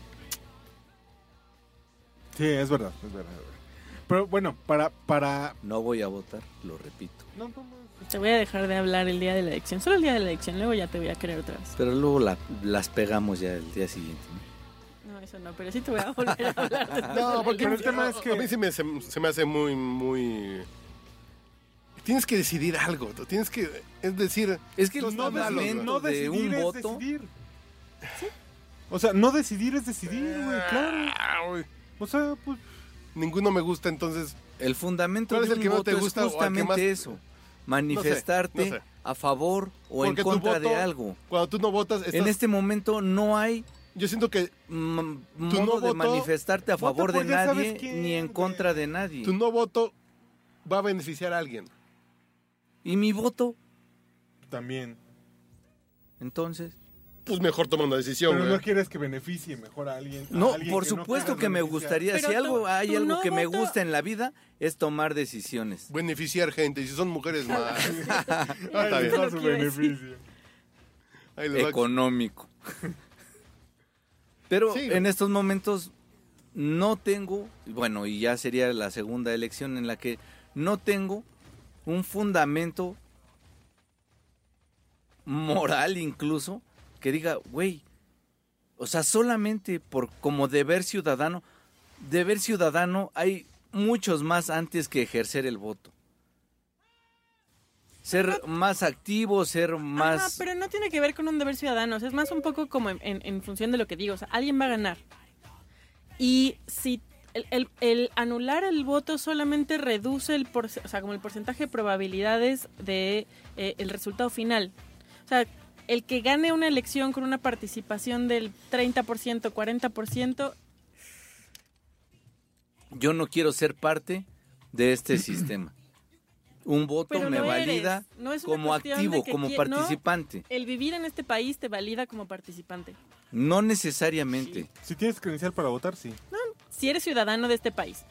A: Sí, es verdad, es verdad. es verdad. Pero bueno, para, para...
D: No voy a votar, lo repito.
A: No, no, no.
C: te voy a dejar de hablar el día de la elección. Solo el día de la elección, luego ya te voy a querer otra vez.
D: Pero luego la- las pegamos ya el día siguiente. ¿no?
C: No, eso no, pero sí te voy a (laughs) volver a hablar. después de
B: No,
C: la
B: porque
A: Pero
C: elección.
A: el tema es que-
B: a mí se me, se, se me hace muy, muy... Tienes que decidir algo, tú tienes que... Es decir,
D: Es que el
B: Entonces, no decidir-
D: fundamento
A: No
D: de
A: decidir
D: un
A: es
D: voto.
A: decidir. O sea, no decidir es decidir, güey, claro.
B: ah, uy,
A: O sea, pues...
B: ninguno me gusta, entonces...
D: El fundamento
B: ¿Cuál
D: de
B: es el
D: un
B: que más
D: voto
B: te gusta o al
D: es
B: que
D: justamente
B: más-
D: eso. Manifestarte
B: no sé.
D: a favor o
B: Porque
D: en
B: tu
D: contra de
B: voto-
D: algo.
B: Cuando tú no votas, estás-
D: En este momento no hay
B: yo siento que
D: mm,
B: no
D: modo de
B: voto-
D: manifestarte a
A: vota
D: favor de
A: por ya sabes
D: nadie
A: quién,
D: ni en
A: güey.
D: contra de nadie.
B: tu no voto va a beneficiar a alguien.
D: ¿Y mi voto?
A: También.
D: Entonces.
B: Pues mejor toma una decisión,
A: Pero
B: güey.
A: no quieres que beneficie mejor a alguien. a
D: No,
A: alguien
D: por
A: que no
D: supuesto
A: quiera
D: que me
A: beneficiar.
D: gustaría.
C: Pero
D: si
C: tu-
D: algo hay
C: tu
D: algo
C: no
D: que me
C: voto-
D: gusta en la vida es tomar decisiones.
B: Beneficiar gente, y si son mujeres más.
D: (laughs)
A: Ahí
B: está
A: les
B: bien.
A: va
C: Eso
A: su
C: lo quiero decir.
A: beneficio.
B: Ahí les va.
D: Económico. Pero
B: Sí.
D: en estos momentos no tengo, bueno, y ya sería la segunda elección en la que no tengo un fundamento moral incluso que diga, güey, o sea, solamente por como deber ciudadano, deber ciudadano hay muchos más antes que ejercer el voto. Ser más activo, ser
C: Ajá,
D: más...
C: pero no tiene que ver con un deber ciudadano, o sea, es más un poco como en, en- en función de lo que digo, o sea, alguien va a ganar. Y si el, el- el anular el voto solamente reduce el, porce- o sea, como el porcentaje de probabilidades de eh, el resultado final. O sea, el que gane una elección con una participación del 30%, 40%,
D: Yo no quiero ser parte
C: (clears throat)
D: de este sistema. Un voto
C: Pero
D: me
C: lo eres.
D: valida
C: No es una
D: como
C: cuestión de
D: activo,
C: que
D: como
C: qui- no.
D: participante.
C: el vivir en este país te valida como participante.
D: No necesariamente.
A: Si tienes credencial para votar, sí.
C: Si eres ciudadano de este país,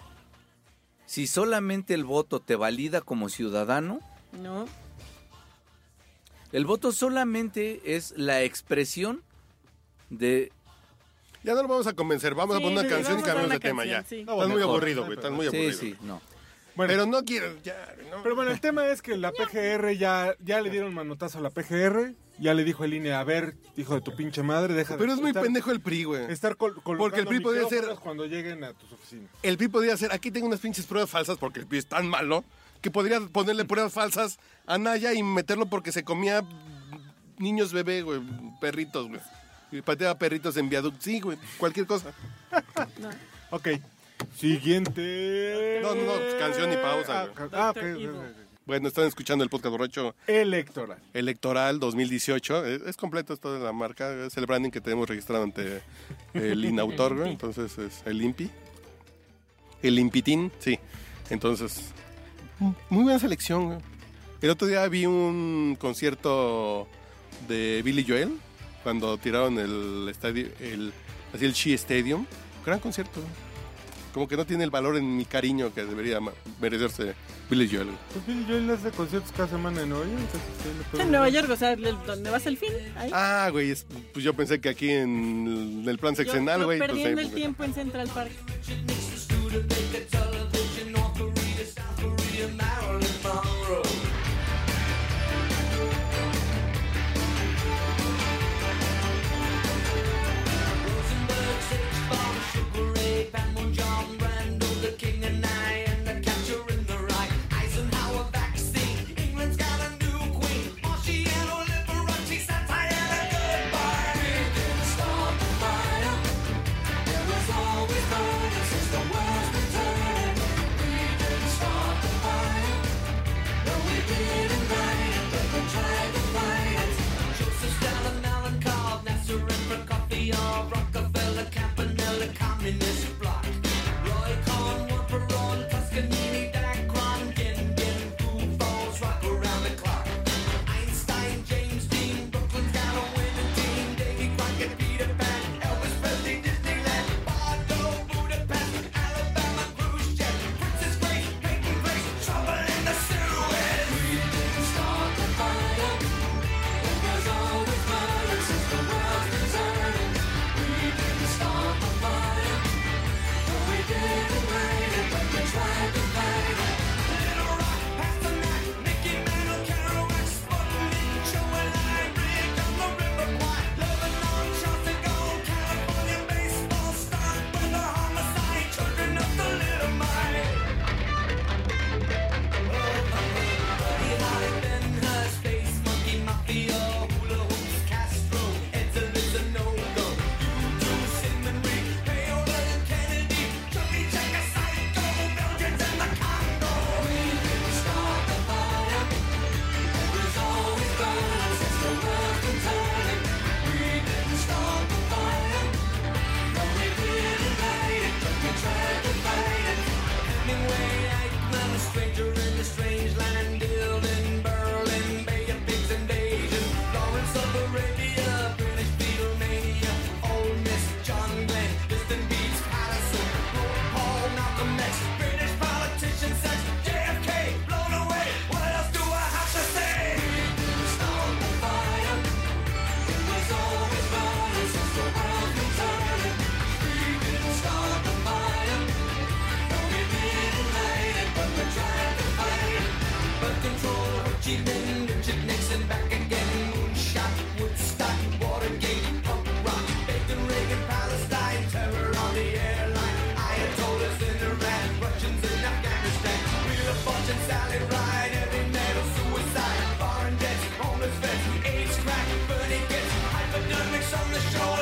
D: Si solamente el voto te valida como ciudadano,
C: ¿no?
D: el voto solamente es la expresión de...
B: Ya no lo vamos a convencer, vamos a
C: Sí,
B: poner una
C: sí,
B: canción y
C: vamos a
B: cambiamos
C: una
B: de tema ya.
C: canción, sí.
A: No,
B: Estás muy
D: mejor.
B: aburrido, güey, estás muy
D: Sí,
B: aburrido.
D: sí, no.
A: Bueno,
B: Pero no quiero, ya, no.
A: Pero bueno, el tema es que la PGR ya, ya le dieron manotazo a la PGR, ya le dijo el INE, a ver, hijo de tu pinche madre, deja de
B: Pero es muy
A: estar-
B: pendejo el PRI, güey.
A: Estar col- colocando
B: Porque el PRI podía ser-
A: micrófonos cuando lleguen a tus oficinas.
B: El PRI podría hacer, aquí tengo unas pinches pruebas falsas porque el PRI es tan malo que podría ponerle pruebas falsas a Naya y meterlo porque se comía niños bebé, güey, perritos, güey. Y pateaba perritos en viaducto. Sí, güey, cualquier cosa.
A: Ok. Siguiente.
B: No, no, no, canción y pausa,
A: Ah,
B: güey.
A: ca- ah,
C: Doctor
A: ok,
C: Evil.
A: ok, ok.
B: Bueno, están escuchando el podcast borracho
A: Electoral.
B: electoral 2018. Eh, Es, es completo esto de la marca, es el branding que tenemos registrado ante el inautor, güey. Entonces es el Impi. El Impitín, sí. Entonces, mm, muy buena selección, güey. El otro día vi un concierto de Billy Joel cuando tiraron el estadio, el, así el She Stadium. Gran concierto, güey. Como que no tiene el valor en mi cariño que debería ma- merecerse Billy Joel. güey.
A: Pues bien, yo él hace conciertos cada semana en Nueva York. entonces, sí, le puedo-
C: En Nueva York, o sea, el- donde vas al fin, ahí.
B: Ah, güey, es- pues yo pensé que aquí en el plan sexenal,
C: Yo- yo
B: güey. pues,
C: Perdiendo
B: eh,
C: el tiempo en Central Park.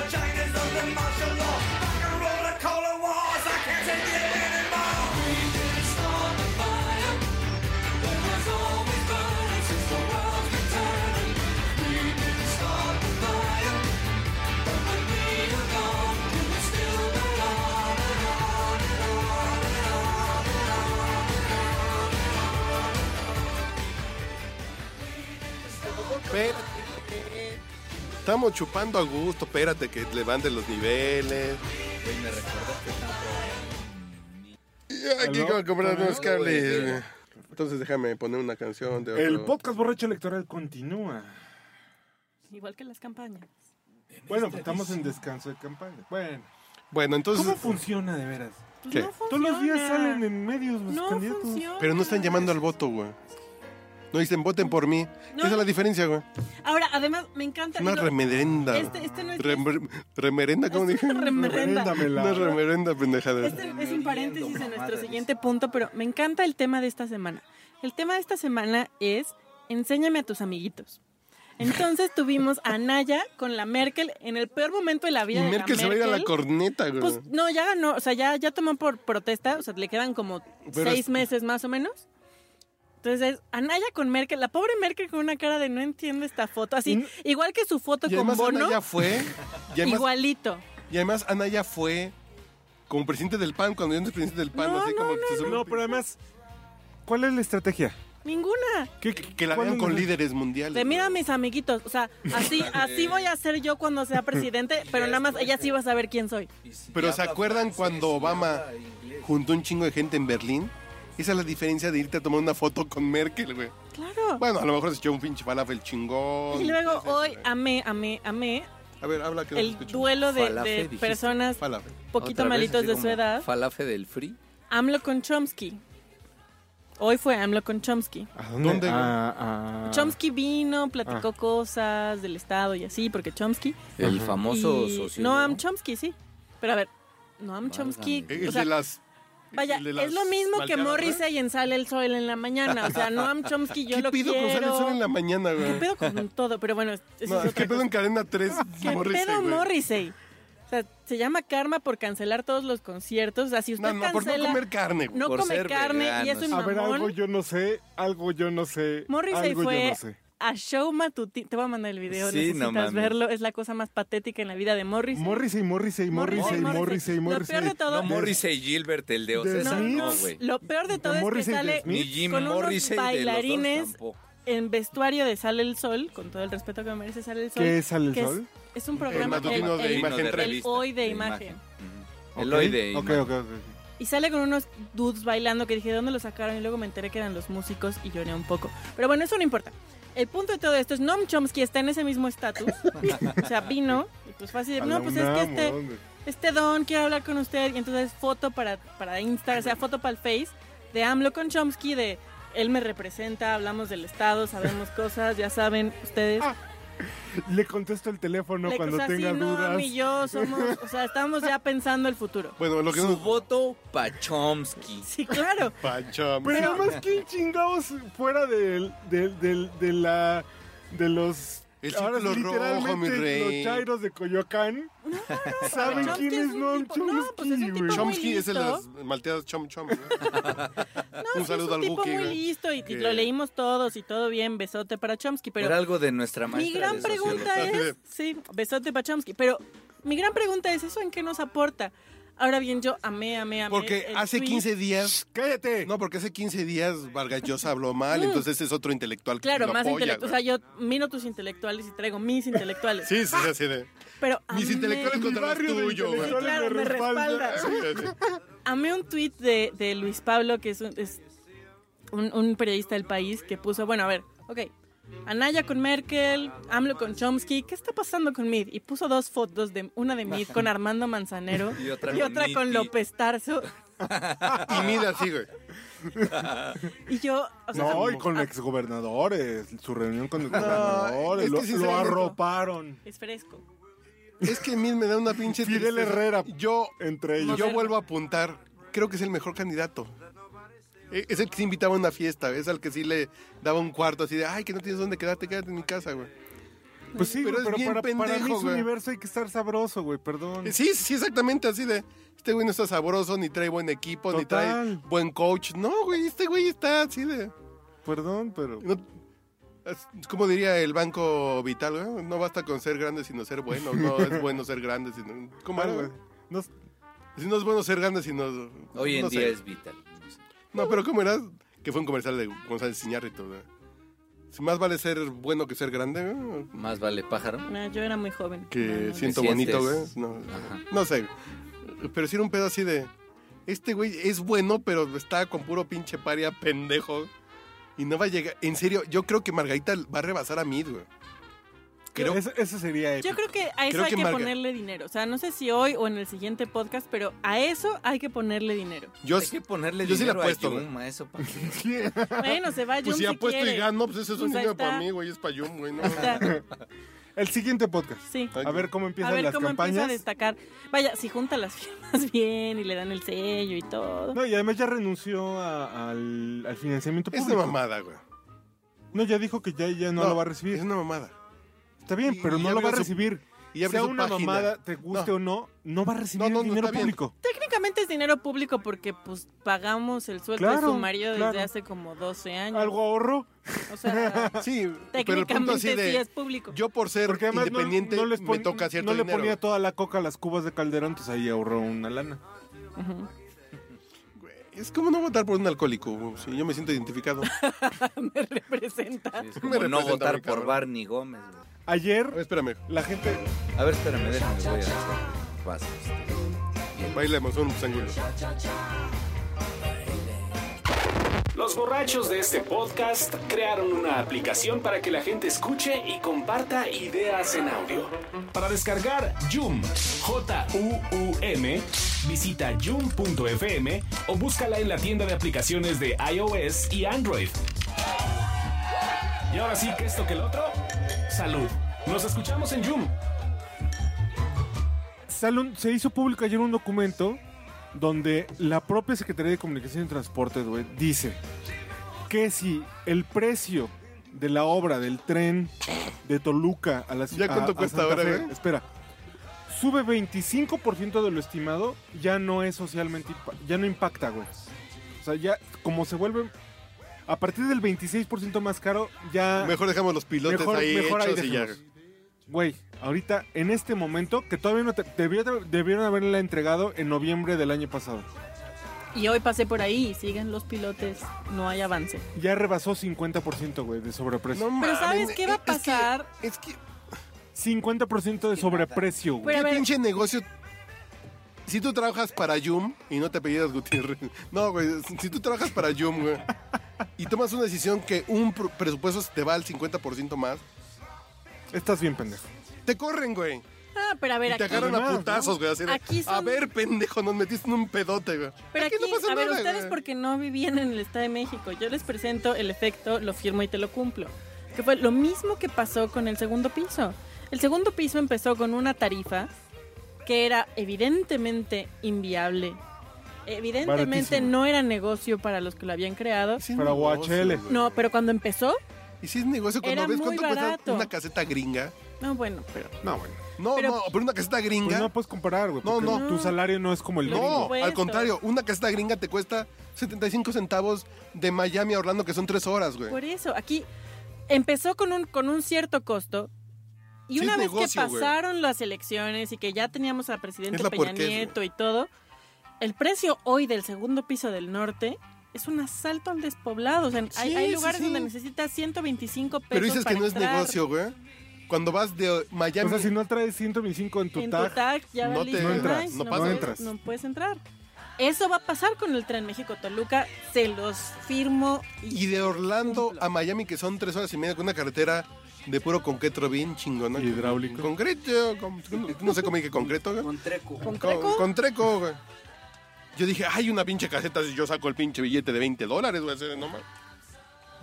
E: China's under martial law, rock and roll, a cola war.
B: Espérate. Estamos chupando a gusto, espérate que levanten los niveles.
D: Güey, me recordaste tanto.
B: Aquí
A: ¿Aló?
B: como comprar unos
D: güey.
B: cables. Entonces déjame poner una canción de otro.
A: El podcast borracho electoral continúa.
C: Igual que las campañas.
A: Bueno, pues
C: este
A: estamos en descanso de campaña. Bueno,
B: Bueno, entonces.
A: ¿cómo funciona de veras?
C: Pues
B: ¿Qué?
C: no
A: Todos los días
C: funciona.
A: salen en medios los
C: No
A: candidatos.
C: funciona.
B: Pero no están llamando al voto, güey. No dicen voten por mí.
C: No.
B: Esa es la diferencia, güey.
C: Ahora, además, me encanta.
B: Es una
C: lo-
B: remerenda.
C: Este, este no es. este,
B: Remer- remerenda, ¿cómo
C: es
B: dije?
C: una remerenda.
A: Véndamela.
B: Una remerenda pendejada.
C: Este es un paréntesis en nuestro
D: Mamadas.
C: siguiente punto, pero me encanta el tema de esta semana. El tema de esta semana es enséñame a
B: (laughs)
C: tus amiguitos. Entonces tuvimos a Naya con la Merkel en el peor momento de la
B: Y
C: vida. de la
B: Merkel se va a ir a la
C: Merkel.
B: corneta, güey.
C: Pues no, ya ganó, o sea, ya, ya tomó por protesta, o sea, le quedan como
B: Pero
C: seis
B: es-
C: meses más o menos. Entonces, Anaya con Merkel, la pobre Merkel con una cara de no entiendo esta foto, así,
A: Mm.
C: igual que su foto
B: y
C: con
B: además
C: Bono,
B: Anaya fue.
C: (laughs)
B: Y además,
C: igualito.
B: y además Anaya fue como presidente del PAN, cuando yo no presidente del PAN,
C: No,
B: así
C: no,
B: como que se sube-
A: No, pero además, ¿cuál es la estrategia?
C: Ninguna.
A: ¿Qué-
B: que, que la
A: cuál
B: vean
A: es
B: con
A: la-
B: líderes mundiales.
C: De mira a mis amiguitos, o sea,
B: (laughs)
C: así, así voy a ser yo cuando sea presidente, pero nada más ella sí va a saber quién soy.
D: Y si
B: Pero
D: ya
B: ¿se
D: habla
B: acuerdan
D: francés,
B: cuando
D: y
B: Obama
D: habla inglés?
B: juntó un chingo de gente en Berlín? Esa es la diferencia de irte a tomar una foto con Merkel, güey.
C: Claro.
B: Bueno, a lo mejor se echó un pinche falafel chingón.
C: Y luego hoy
B: A,
C: amé, amé, amé
B: ver, habla que no te
C: el
B: escucho.
C: duelo de,
D: Falafel,
C: de
D: dijiste.
C: personas
B: Falafel.
C: poquito
D: Otra vez,
C: malitos
D: así
C: de
D: como
C: su edad.
D: Falafe del free.
C: AMLO con Chomsky. Hoy fue AMLO con Chomsky.
A: ¿A
B: ¿Dónde? Ah.
A: A- a-
C: Chomsky vino, platicó cosas del Estado y así, porque Chomsky.
D: El
A: Ajá.
D: famoso
C: y-
D: sociólogo.
C: Noam Chomsky, sí. Pero a ver, Noam Chomsky.
B: El
C: o sea,
B: de las.
C: vaya,
B: el de las
C: es lo mismo que
B: malteadas, ¿verdad?
C: Morrissey en Sale el Sol en la mañana. O sea, Noam Chomsky, yo
B: ¿Qué
C: lo
B: pido
C: quiero.
B: con salir sol en la mañana,
C: (laughs) ¿Qué
B: güey?
C: pedo con todo? Pero bueno, eso
B: No,
C: es otra
B: ¿Qué pedo en cadena 3?
C: ¿Qué pedo Morrissey? O sea, se llama karma por cancelar todos los conciertos. O sea, si usted
B: No, no, por no
C: cancela,
B: comer carne, güey.
C: no
D: Por
C: come
D: ser
C: carne y es
D: veganos.
C: un
A: A ver,
C: mamón.
A: algo yo no sé, algo yo no sé.
C: Morrissey
A: algo
C: fue
A: yo no sé.
C: a show matutino. Te voy a mandar el video,
D: Sí,
C: necesitas
D: no mames.
C: verlo. Es la cosa más patética en la vida de Morrissey.
A: Morrissey, Morrissey, Morrissey, Morrissey,
C: Lo peor
A: Morrissey.
C: de todo,
D: No, Morrissey Gilbert, el de
A: de
D: Ocesa,
A: Smiths.
D: no, güey.
C: lo peor de todo
A: De
C: es
A: Morrissey de
C: que sale
D: Ni
A: Smith.
D: Jim
C: con unos
D: Morrissey de los
C: bailarines.
D: dos tampoco.
C: en vestuario de Sale el Sol, con todo el respeto que me merece Sale el Sol.
A: ¿Qué es Sale el
C: que es-
A: Sol?
C: Es, un programa eh,
B: matutino de
D: Vino
B: imagen
D: de
C: el
D: revista,
C: hoy de
D: Ujú. El hoy de
A: Ok,
D: imagen.
A: ok, ok.
C: Y sale con unos dudes bailando que dije, ¿de dónde lo sacaron? Y luego me enteré que eran los músicos y lloré un poco. Pero bueno, eso no importa. El punto de todo esto es Noam Chomsky está en ese mismo estatus. (laughs) o sea, vino y pues fue así de,
A: A
C: no,
A: la
C: pues es que
A: UNAM, ¿o
C: este,
A: dónde?
C: este don quiere hablar con usted y entonces foto para, para Instagram, o sea, foto para el Face de AMLO con Chomsky de él me representa, hablamos del
B: (laughs)
C: Estado, sabemos cosas, ya saben ustedes.
B: Ah,
A: Le contesto el teléfono
C: Le-
A: cuando
C: o sea,
A: tenga
C: sí,
A: dudas.
C: Noam y yo somos, o sea, estamos ya pensando el futuro. (laughs)
B: Bueno, lo que
D: Su
B: no.
D: voto pa' Chomsky.
B: (laughs)
C: Sí, claro.
B: Pancho,
A: Pero además, ¿quién chingados fuera del, del, del, de la... de los...
B: El
A: ahora
B: círculo rojo, mi rey.
A: los chairos de Coyoacán saben
C: Chomsky
A: quién
C: es
A: es
C: un
A: Noam
C: tipo- no, pues es un
A: Chomsky,
C: tipo
A: güey.
C: muy-
B: Chomsky es el de las malteadas Chom Chom.
C: (laughs)
B: güey.
C: No,
B: Un
C: sí,
B: saludo
C: es un
B: al
C: tipo
B: Buki,
C: muy
B: güey.
C: listo y, y
B: Que-
C: lo leímos todos y todo bien, besote para Chomsky, pero
D: Era algo de nuestra maestra
C: mi gran
D: de
C: pregunta
D: sociología.
C: es, sí, besote para Chomsky, pero mi gran pregunta es eso en qué nos aporta. Ahora bien, yo amé, amé, amé.
B: Porque
C: el
B: hace
C: tweet.
B: 15 días.
A: ¡Cállate!
B: No, porque hace 15 días Vargas Llosa habló mal, entonces es otro intelectual que
C: Mm. Claro,
B: lo
C: más
B: apoya,
C: intelectual. O sea,
B: güey.
C: yo miro tus intelectuales y traigo mis
B: (laughs)
C: intelectuales.
B: Sí, sí, sí, así de.
C: Pero
B: Mis
C: amé-
B: intelectuales
A: Mi
B: (laughs) contra
A: barrio
B: los
A: de
B: tuyos, güey.
A: intelectuales
C: Claro, me respalda.
B: Sí, así.
C: (laughs) amé un tuit de, de Luis Pablo, que es, un, es un- un periodista del país, que puso, bueno, a ver, ok, Anaya con Merkel, AMLO con Chomsky, ¿qué está pasando con Mid? Y puso dos fotos, de una de Mid con Armando Manzanero
D: Y otra
C: y
D: con
C: otra con
D: Nitti.
C: López Tarso.
B: Y mira así, güey.
C: Y yo, o sea,
A: No, y
B: Ah.
A: con exgobernadores, su reunión con exgobernadores,
B: es que
A: lo- lo,
B: sinceramente-
A: arroparon.
C: es fresco.
B: Es que a mí me da una pinche.
A: Fidel
B: tristeza.
A: Herrera.
B: Yo,
A: Entre
B: y
A: ellos.
B: yo vuelvo a apuntar. Creo que es el mejor candidato. E- Es el que se invitaba a una fiesta, es al que sí le daba un cuarto así de, ay, que no tienes dónde quedarte, quédate en mi casa, güey.
A: Pues sí,
B: Pero
A: pero,
B: es bien
A: para, para mí
B: pendejo,
A: su
B: güey.
A: universo hay que estar sabroso, güey, perdón.
B: Eh, Sí, sí, exactamente, así de, este güey no está sabroso, ni trae buen equipo, ni trae
A: Total.
B: buen coach. No, güey, este güey está así de...
A: Perdón, pero...
B: no- es- como diría el Banco Vital, güey? No basta con ser grande sino ser bueno. No es bueno ser grande sino... ¿Cómo era, güey?
A: No,
B: Si no es bueno ser grande sino...
D: Hoy en
B: no sé.
D: día es vital.
B: No, pero ¿cómo era? Que fue un comercial de González Iñárritu, güey. Si más vale ser bueno que ser grande, ¿no?
D: Más vale pájaro.
C: No, yo era muy joven.
B: que
C: No, no,
B: siento
D: Te
B: bonito, güey.
D: sientes-
B: No,
D: Ajá.
B: no sé. Pero si era un pedo así de. Este güey es bueno, pero está con puro pinche paria pendejo. Y no va a llegar. En serio, yo creo que Margarita va a rebasar a Mid, güey. Creo.
A: Ese, ese sería épico.
C: Yo creo que a eso
B: Creo
C: hay
B: que
C: que
B: Marga-
C: ponerle dinero. O sea, no sé si hoy o en el siguiente podcast, pero a eso hay que ponerle dinero.
B: Yo,
D: Hay que ponerle
B: yo sí le
D: dinero
B: apuesto,
D: a
B: güey.
D: Yuma,
B: (laughs)
D: eso pa' que-
C: Bueno, se va Jun
B: pues si
C: si
B: apuesto
C: quiere.
B: y gano, pues ese es un
C: Pues ahí
B: dinero para
C: está.
B: mí, güey. Es para Jun, güey. No.
C: (laughs) O sea,
A: (laughs) El siguiente podcast.
C: sí.
B: Ay,
A: A ver cómo
C: A
A: empiezan
C: ver
A: las
C: cómo empieza a
A: campañas.
C: destacar. Vaya, si junta las (laughs) firmas bien y le dan el sello y todo.
A: No, y además ya renunció a- al, al financiamiento
B: Es
A: público.
B: una mamada, güey.
A: No, ya dijo que ya, ya no, lo va a recibir.
B: Es una mamada.
A: Está bien,
B: Y-
A: pero
B: y
A: no
B: ya
A: lo va a
B: abrió su-
A: recibir.
B: Y abre
A: sea
B: su
A: una
B: página.
A: mamada, te guste o no, no va a recibir
B: No, no,
A: el
B: no,
A: dinero
B: está bien.
A: público.
C: Técnicamente es dinero público porque pues pagamos el sueldo de
A: Claro,
C: su marido
A: claro.
C: desde hace como 12 años.
A: Algo ahorro,
B: (laughs)
C: O sea,
B: Sí, pero el punto
C: (laughs) técnicamente
B: así de.
C: sí es público.
B: Yo por ser
A: porque además no,
B: independiente
A: no les pon-
B: me toca cierto
A: no le
B: dinero.
A: ponía toda la coca a las cubas de Calderón, entonces ahí ahorró una lana.
C: Ujú.
B: Güey, Es como no votar por un alcohólico. güey. Sí, yo me siento identificado.
C: (laughs) Me representa.
D: es
B: Me
D: como
B: representa
D: no
B: muy
D: votar por
B: cabrón.
D: Barney Gómez. güey.
B: A
A: Ayer
B: ver, espérame.
A: la gente...
D: A ver, espérame, déjame, voy a hacer vasos.
B: Baila emoción, pues ángulo.
F: Los borrachos de este podcast crearon una aplicación para que la gente escuche y comparta ideas en audio. Para descargar Joom, J-U-U-M, visita joom.fm o búscala en la tienda de aplicaciones de iOS y Android. Y ahora sí que esto que el otro, salud. Nos escuchamos en Joom.
A: sale un- se hizo público ayer un documento donde la propia Secretaría de Comunicación y Transportes, güey, dice que si el precio de la obra del tren de Toluca a la ci-
B: ¿Ya
A: a-
B: cuánto
A: a
B: cuesta
A: Santa
B: ahora,
A: Fe-
B: güey?
A: Espera. Sube 25% de lo estimado, ya no es socialmente impa- ya no impacta, güey. O sea, ya como se vuelve a partir del 26% más caro, ya
B: Mejor dejamos los pilotes
A: Mejor-
B: ahí
A: mejor ahí
B: hechos y ya.
A: dejemos. Güey, ahorita, en este momento, que todavía no te, debió- debieron haberla entregado en noviembre del año pasado.
C: Y hoy pasé por ahí y siguen los pilotes, no hay avance.
A: Ya rebasó 50%, güey, de sobreprecio.
B: No
C: Pero
B: mames,
C: ¿sabes qué va a
B: es que-
C: pasar?
B: Es que,
A: 50% de sobreprecio, güey.
C: Pero a
B: qué
C: ver-
B: pinche negocio. Si tú trabajas para Yum y no te apellidas Gutiérrez. No, güey. Si tú trabajas para Yum, güey. Y tomas una decisión que un pr- presupuesto se te va al 50% más.
A: Estás bien, pendejo.
B: Te corren, güey.
C: Ah, pero a ver,
B: Y te
C: aquí,
B: agarran
A: Además,
B: a
A: ¿no?
B: putazos, güey. Así de,
C: Aquí son-
B: A ver, pendejo, nos metiste en un pedote, güey.
C: pero
B: Aquí
C: aquí,
B: no pasa
C: a ver,
B: nada,
C: ustedes
B: güey.
C: porque no vivían en el Estado de México, yo les presento el efecto, lo firmo y te lo cumplo. Que fue lo mismo que pasó con el segundo piso. El segundo piso empezó con una tarifa que era evidentemente inviable. Evidentemente
A: Baratísimo.
C: no era negocio para los que lo habían creado.
B: Sí,
A: Para
B: negocio,
A: UHL.
B: güey.
C: No, pero cuando empezó,
B: Y si es negocio, cuando
C: Era
B: ves
C: muy
B: cuánto cuesta
C: barato.
B: una caseta gringa.
C: no, bueno, pero
A: No, bueno.
B: No,
C: Pero-
B: no, pero una caseta gringa.
A: Pues no puedes comparar, güey.
B: No,
A: porque
B: no.
A: Tu salario no es como el
C: No.
A: gringo.
B: No, al
C: Impuestos.
B: contrario, una caseta gringa te cuesta 75 centavos de Miami a Orlando, que son tres horas, güey.
C: Por eso, aquí empezó con un, con un cierto costo. Y
B: Sí,
C: una
B: es
C: vez
B: negocio,
C: que
B: güey.
C: pasaron las elecciones y que ya teníamos al
B: Es
C: presidente
B: la
C: Peña
B: puerquez, güey.
C: Nieto y todo, el precio hoy del segundo piso del norte es un asalto al despoblado. O sea, hay,
B: Sí,
C: hay
B: sí,
C: lugares
B: sí.
C: donde necesitas 125 pesos.
B: Pero dices que
C: para
B: no es
C: entrar
B: negocio, güey. Cuando vas de Miami,
A: O sea, si no traes 125 en tu
C: en
A: tag,
C: tu tag, ya
B: no
C: valiste
B: te-
A: no
C: más,
A: entras,
B: no
A: pasas.
C: puedes-
A: entras.
C: no puedes entrar. Eso va a pasar con el tren México-Toluca, se los firmo. Y,
B: y de Orlando a Miami, que son tres horas y media, con una carretera de puro concreto bien chingona.
A: Y hidráulico.
B: Concreto, con- no sé cómo dije concreto, güey.
D: Con treco.
C: ¿Con
B: Con,
C: Treco?
B: con treco, güey. Yo dije, hay una pinche caseta, si yo saco el pinche billete de 20 dólares, güey, así de, no mames.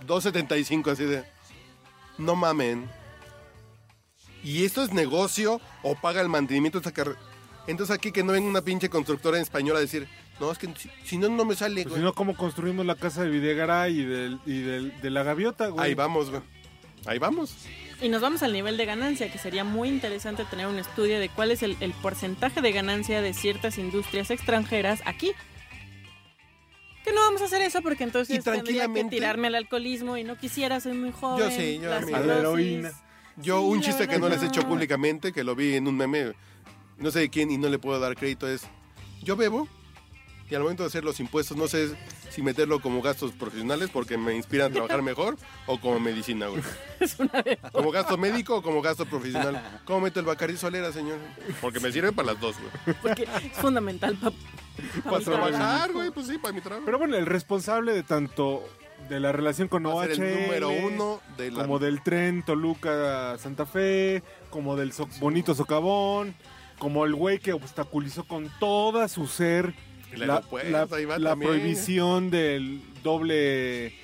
B: 2.75, así de, no mamen. Y esto es negocio o paga el mantenimiento de esta carrera. Entonces aquí que no venga una pinche constructora en español a decir, no, es que si, si no, no me sale,
A: pues,
B: güey.
A: si no, ¿cómo construimos la casa de Videgaray y, del, y del- de la gaviota, güey?
B: Ahí vamos, güey. Ahí vamos.
C: Y nos vamos al nivel de ganancia, que sería muy interesante tener un estudio de cuál es el, el porcentaje de ganancia de ciertas industrias extranjeras aquí. Que no vamos a hacer eso porque entonces
B: Y
C: tendría que
B: tranquilamente-
C: tirarme al alcoholismo y no quisiera, soy muy
B: Yo
C: joven.
B: sí, yo
C: la
B: a mí-
A: A la
C: cirrosis.
A: heroína.
B: Yo
C: Sí,
B: un
C: la
B: chiste que no
C: verdad
B: les he hecho
C: no.
B: públicamente, que lo vi en un meme, no sé de quién y no le puedo dar crédito, es, yo bebo y al momento de hacer los impuestos no sé si meterlo como gastos profesionales porque me inspiran a trabajar mejor o como medicina, güey.
C: (laughs)
B: Como gasto médico o como gasto profesional. ¿Cómo meto el Bacardí Solera, señor? Porque me sirve para las dos, güey.
C: Porque es fundamental para
B: Para trabajar, güey, pues sí, para mi trabajo.
A: Pero bueno, el responsable de tanto de la relación con
B: Va a
A: OHL,
B: ser el número uno de la-
A: como del tren Toluca Santa Fe, como del so- bonito socavón, como el güey que obstaculizó con toda su ser
B: El
A: la,
B: aeropuerto,
A: la-
B: ahí va
A: la
B: también.
A: prohibición del doble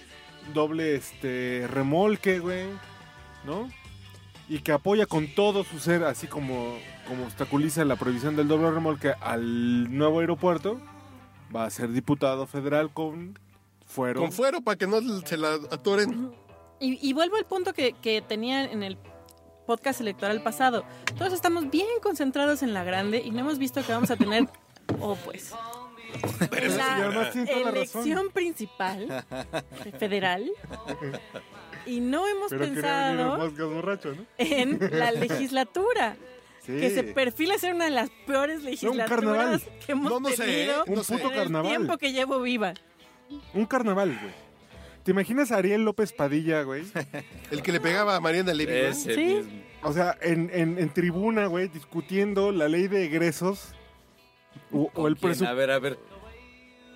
A: doble este remolque, güey, ¿no? Y que apoya con todo su ser, así como, como obstaculiza la prohibición del doble remolque al nuevo aeropuerto, va a ser diputado federal con fuero.
B: Con fuero para que no se la atoren.
C: Y, y vuelvo al punto que, que tenía en el podcast electoral pasado. Todos estamos bien concentrados en la grande y no hemos visto que vamos a tener, oh pues,
A: Y además
C: la
A: tiene toda la razón.
C: elección principal federal y no hemos
A: Pero quería venir el
C: pensado
A: podcast borracho, ¿no?
C: en la legislatura.
A: Sí.
C: Que se perfila ser una de las peores legislaturas
A: carnaval.
C: que hemos
B: No, no sé,
C: tenido
B: ¿eh?
A: Un
B: no sé.
A: puto
C: en el
A: carnaval.
C: tiempo que llevo viva.
A: Un carnaval, güey. ¿Te imaginas a Ariel López Padilla, güey?
B: El que le pegaba a Mariana Levy. ¿no?
D: Ese
C: ¿Sí?
D: mismo.
A: O sea, en, en- en tribuna, güey, discutiendo la ley de egresos o, o el
D: ¿Quién? A
A: presupuesto.
D: ver, a ver.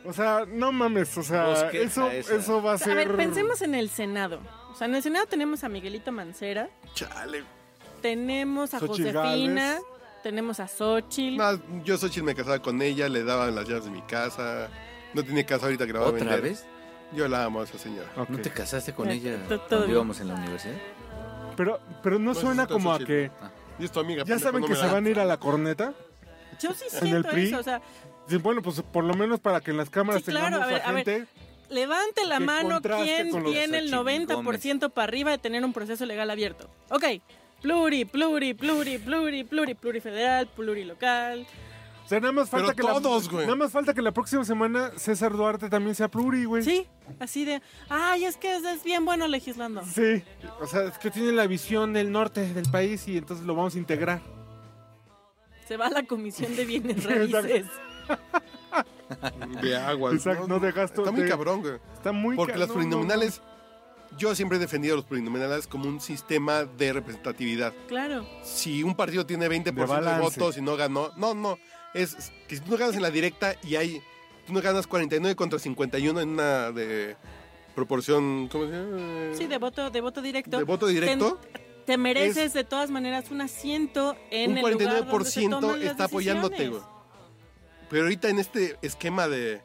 A: O sea, no mames, o sea,
D: Bosqueja
A: eso,
D: esa.
A: eso va a ser...
C: A ver, pensemos en el Senado. O sea, en el Senado tenemos a Miguelito Mancera,
B: Chale.
C: tenemos a
A: Xochitl
C: Josefina,
A: Gálvez.
C: tenemos a Xochitl.
B: No, yo Xochitl me casaba con ella, le daba las llaves de mi casa. No tiene casa ahorita que la va a
D: ¿Otra
B: vender.
D: vez? Ah.
B: Yo la amo a esa señora.
A: Ok.
D: ¿No te casaste con ella
C: Todo-
D: cuando
C: todo.
D: íbamos en la universidad?
A: Pero, pero
D: Pues,
A: no suena como a que...
B: Y es tu amiga.
A: Ya
B: pendejo,
A: saben
B: no
A: que
B: me
A: se
B: la-
A: van a ir a la corneta.
C: Yo sí
A: el
C: siento
A: PRI?
C: eso, o sea,
A: Dicen, bueno, pues por lo menos para que en las cámaras
C: Sí, claro,
A: tengamos
C: a ver,
A: a
C: a ver.
A: gente...
C: levante la
A: Que
C: mano
A: contraste
C: quien
A: con los
C: tiene el
D: Xochitl
C: 90% para arriba de tener un proceso legal abierto. Ok, pluri, pluri, pluri, pluri, pluri, plurifederal, plurilocal.
A: O sea, nada más falta
B: Pero
A: que la-
B: todos, güey.
A: Nada más falta que la próxima semana César Duarte también sea pluri, güey.
C: Sí, así de, ay, es que es bien bueno legislando.
A: Sí. O sea, es que tiene la visión del norte del país y entonces lo vamos a integrar.
C: Se va a la Comisión
A: (laughs)
C: de Bienes Raíces.
B: De agua.
A: Isaac, no de gasto,
B: Pues, Está muy
A: de-
B: cabrón, güey.
A: Está muy
B: Porque
A: ca-
B: las
A: no,
B: plurinominales. Yo siempre he defendido a los plurinominales como un sistema de representatividad.
C: Claro.
B: Si un partido tiene 20%
A: De
B: de,
A: balance.
B: votos y no ganó. No, no. Es que si tú no ganas en la directa y hay. Tú no ganas 49 contra 51 en una de proporción. ¿Cómo se llama?
C: Sí, de voto, de voto directo.
B: ¿De voto directo?
C: Ten- te mereces de todas maneras un asiento en
B: un
C: el lugar donde se
B: 49%
C: toman las
B: está apoyándote, güey.
C: decisiones.
B: Pero ahorita en este esquema de.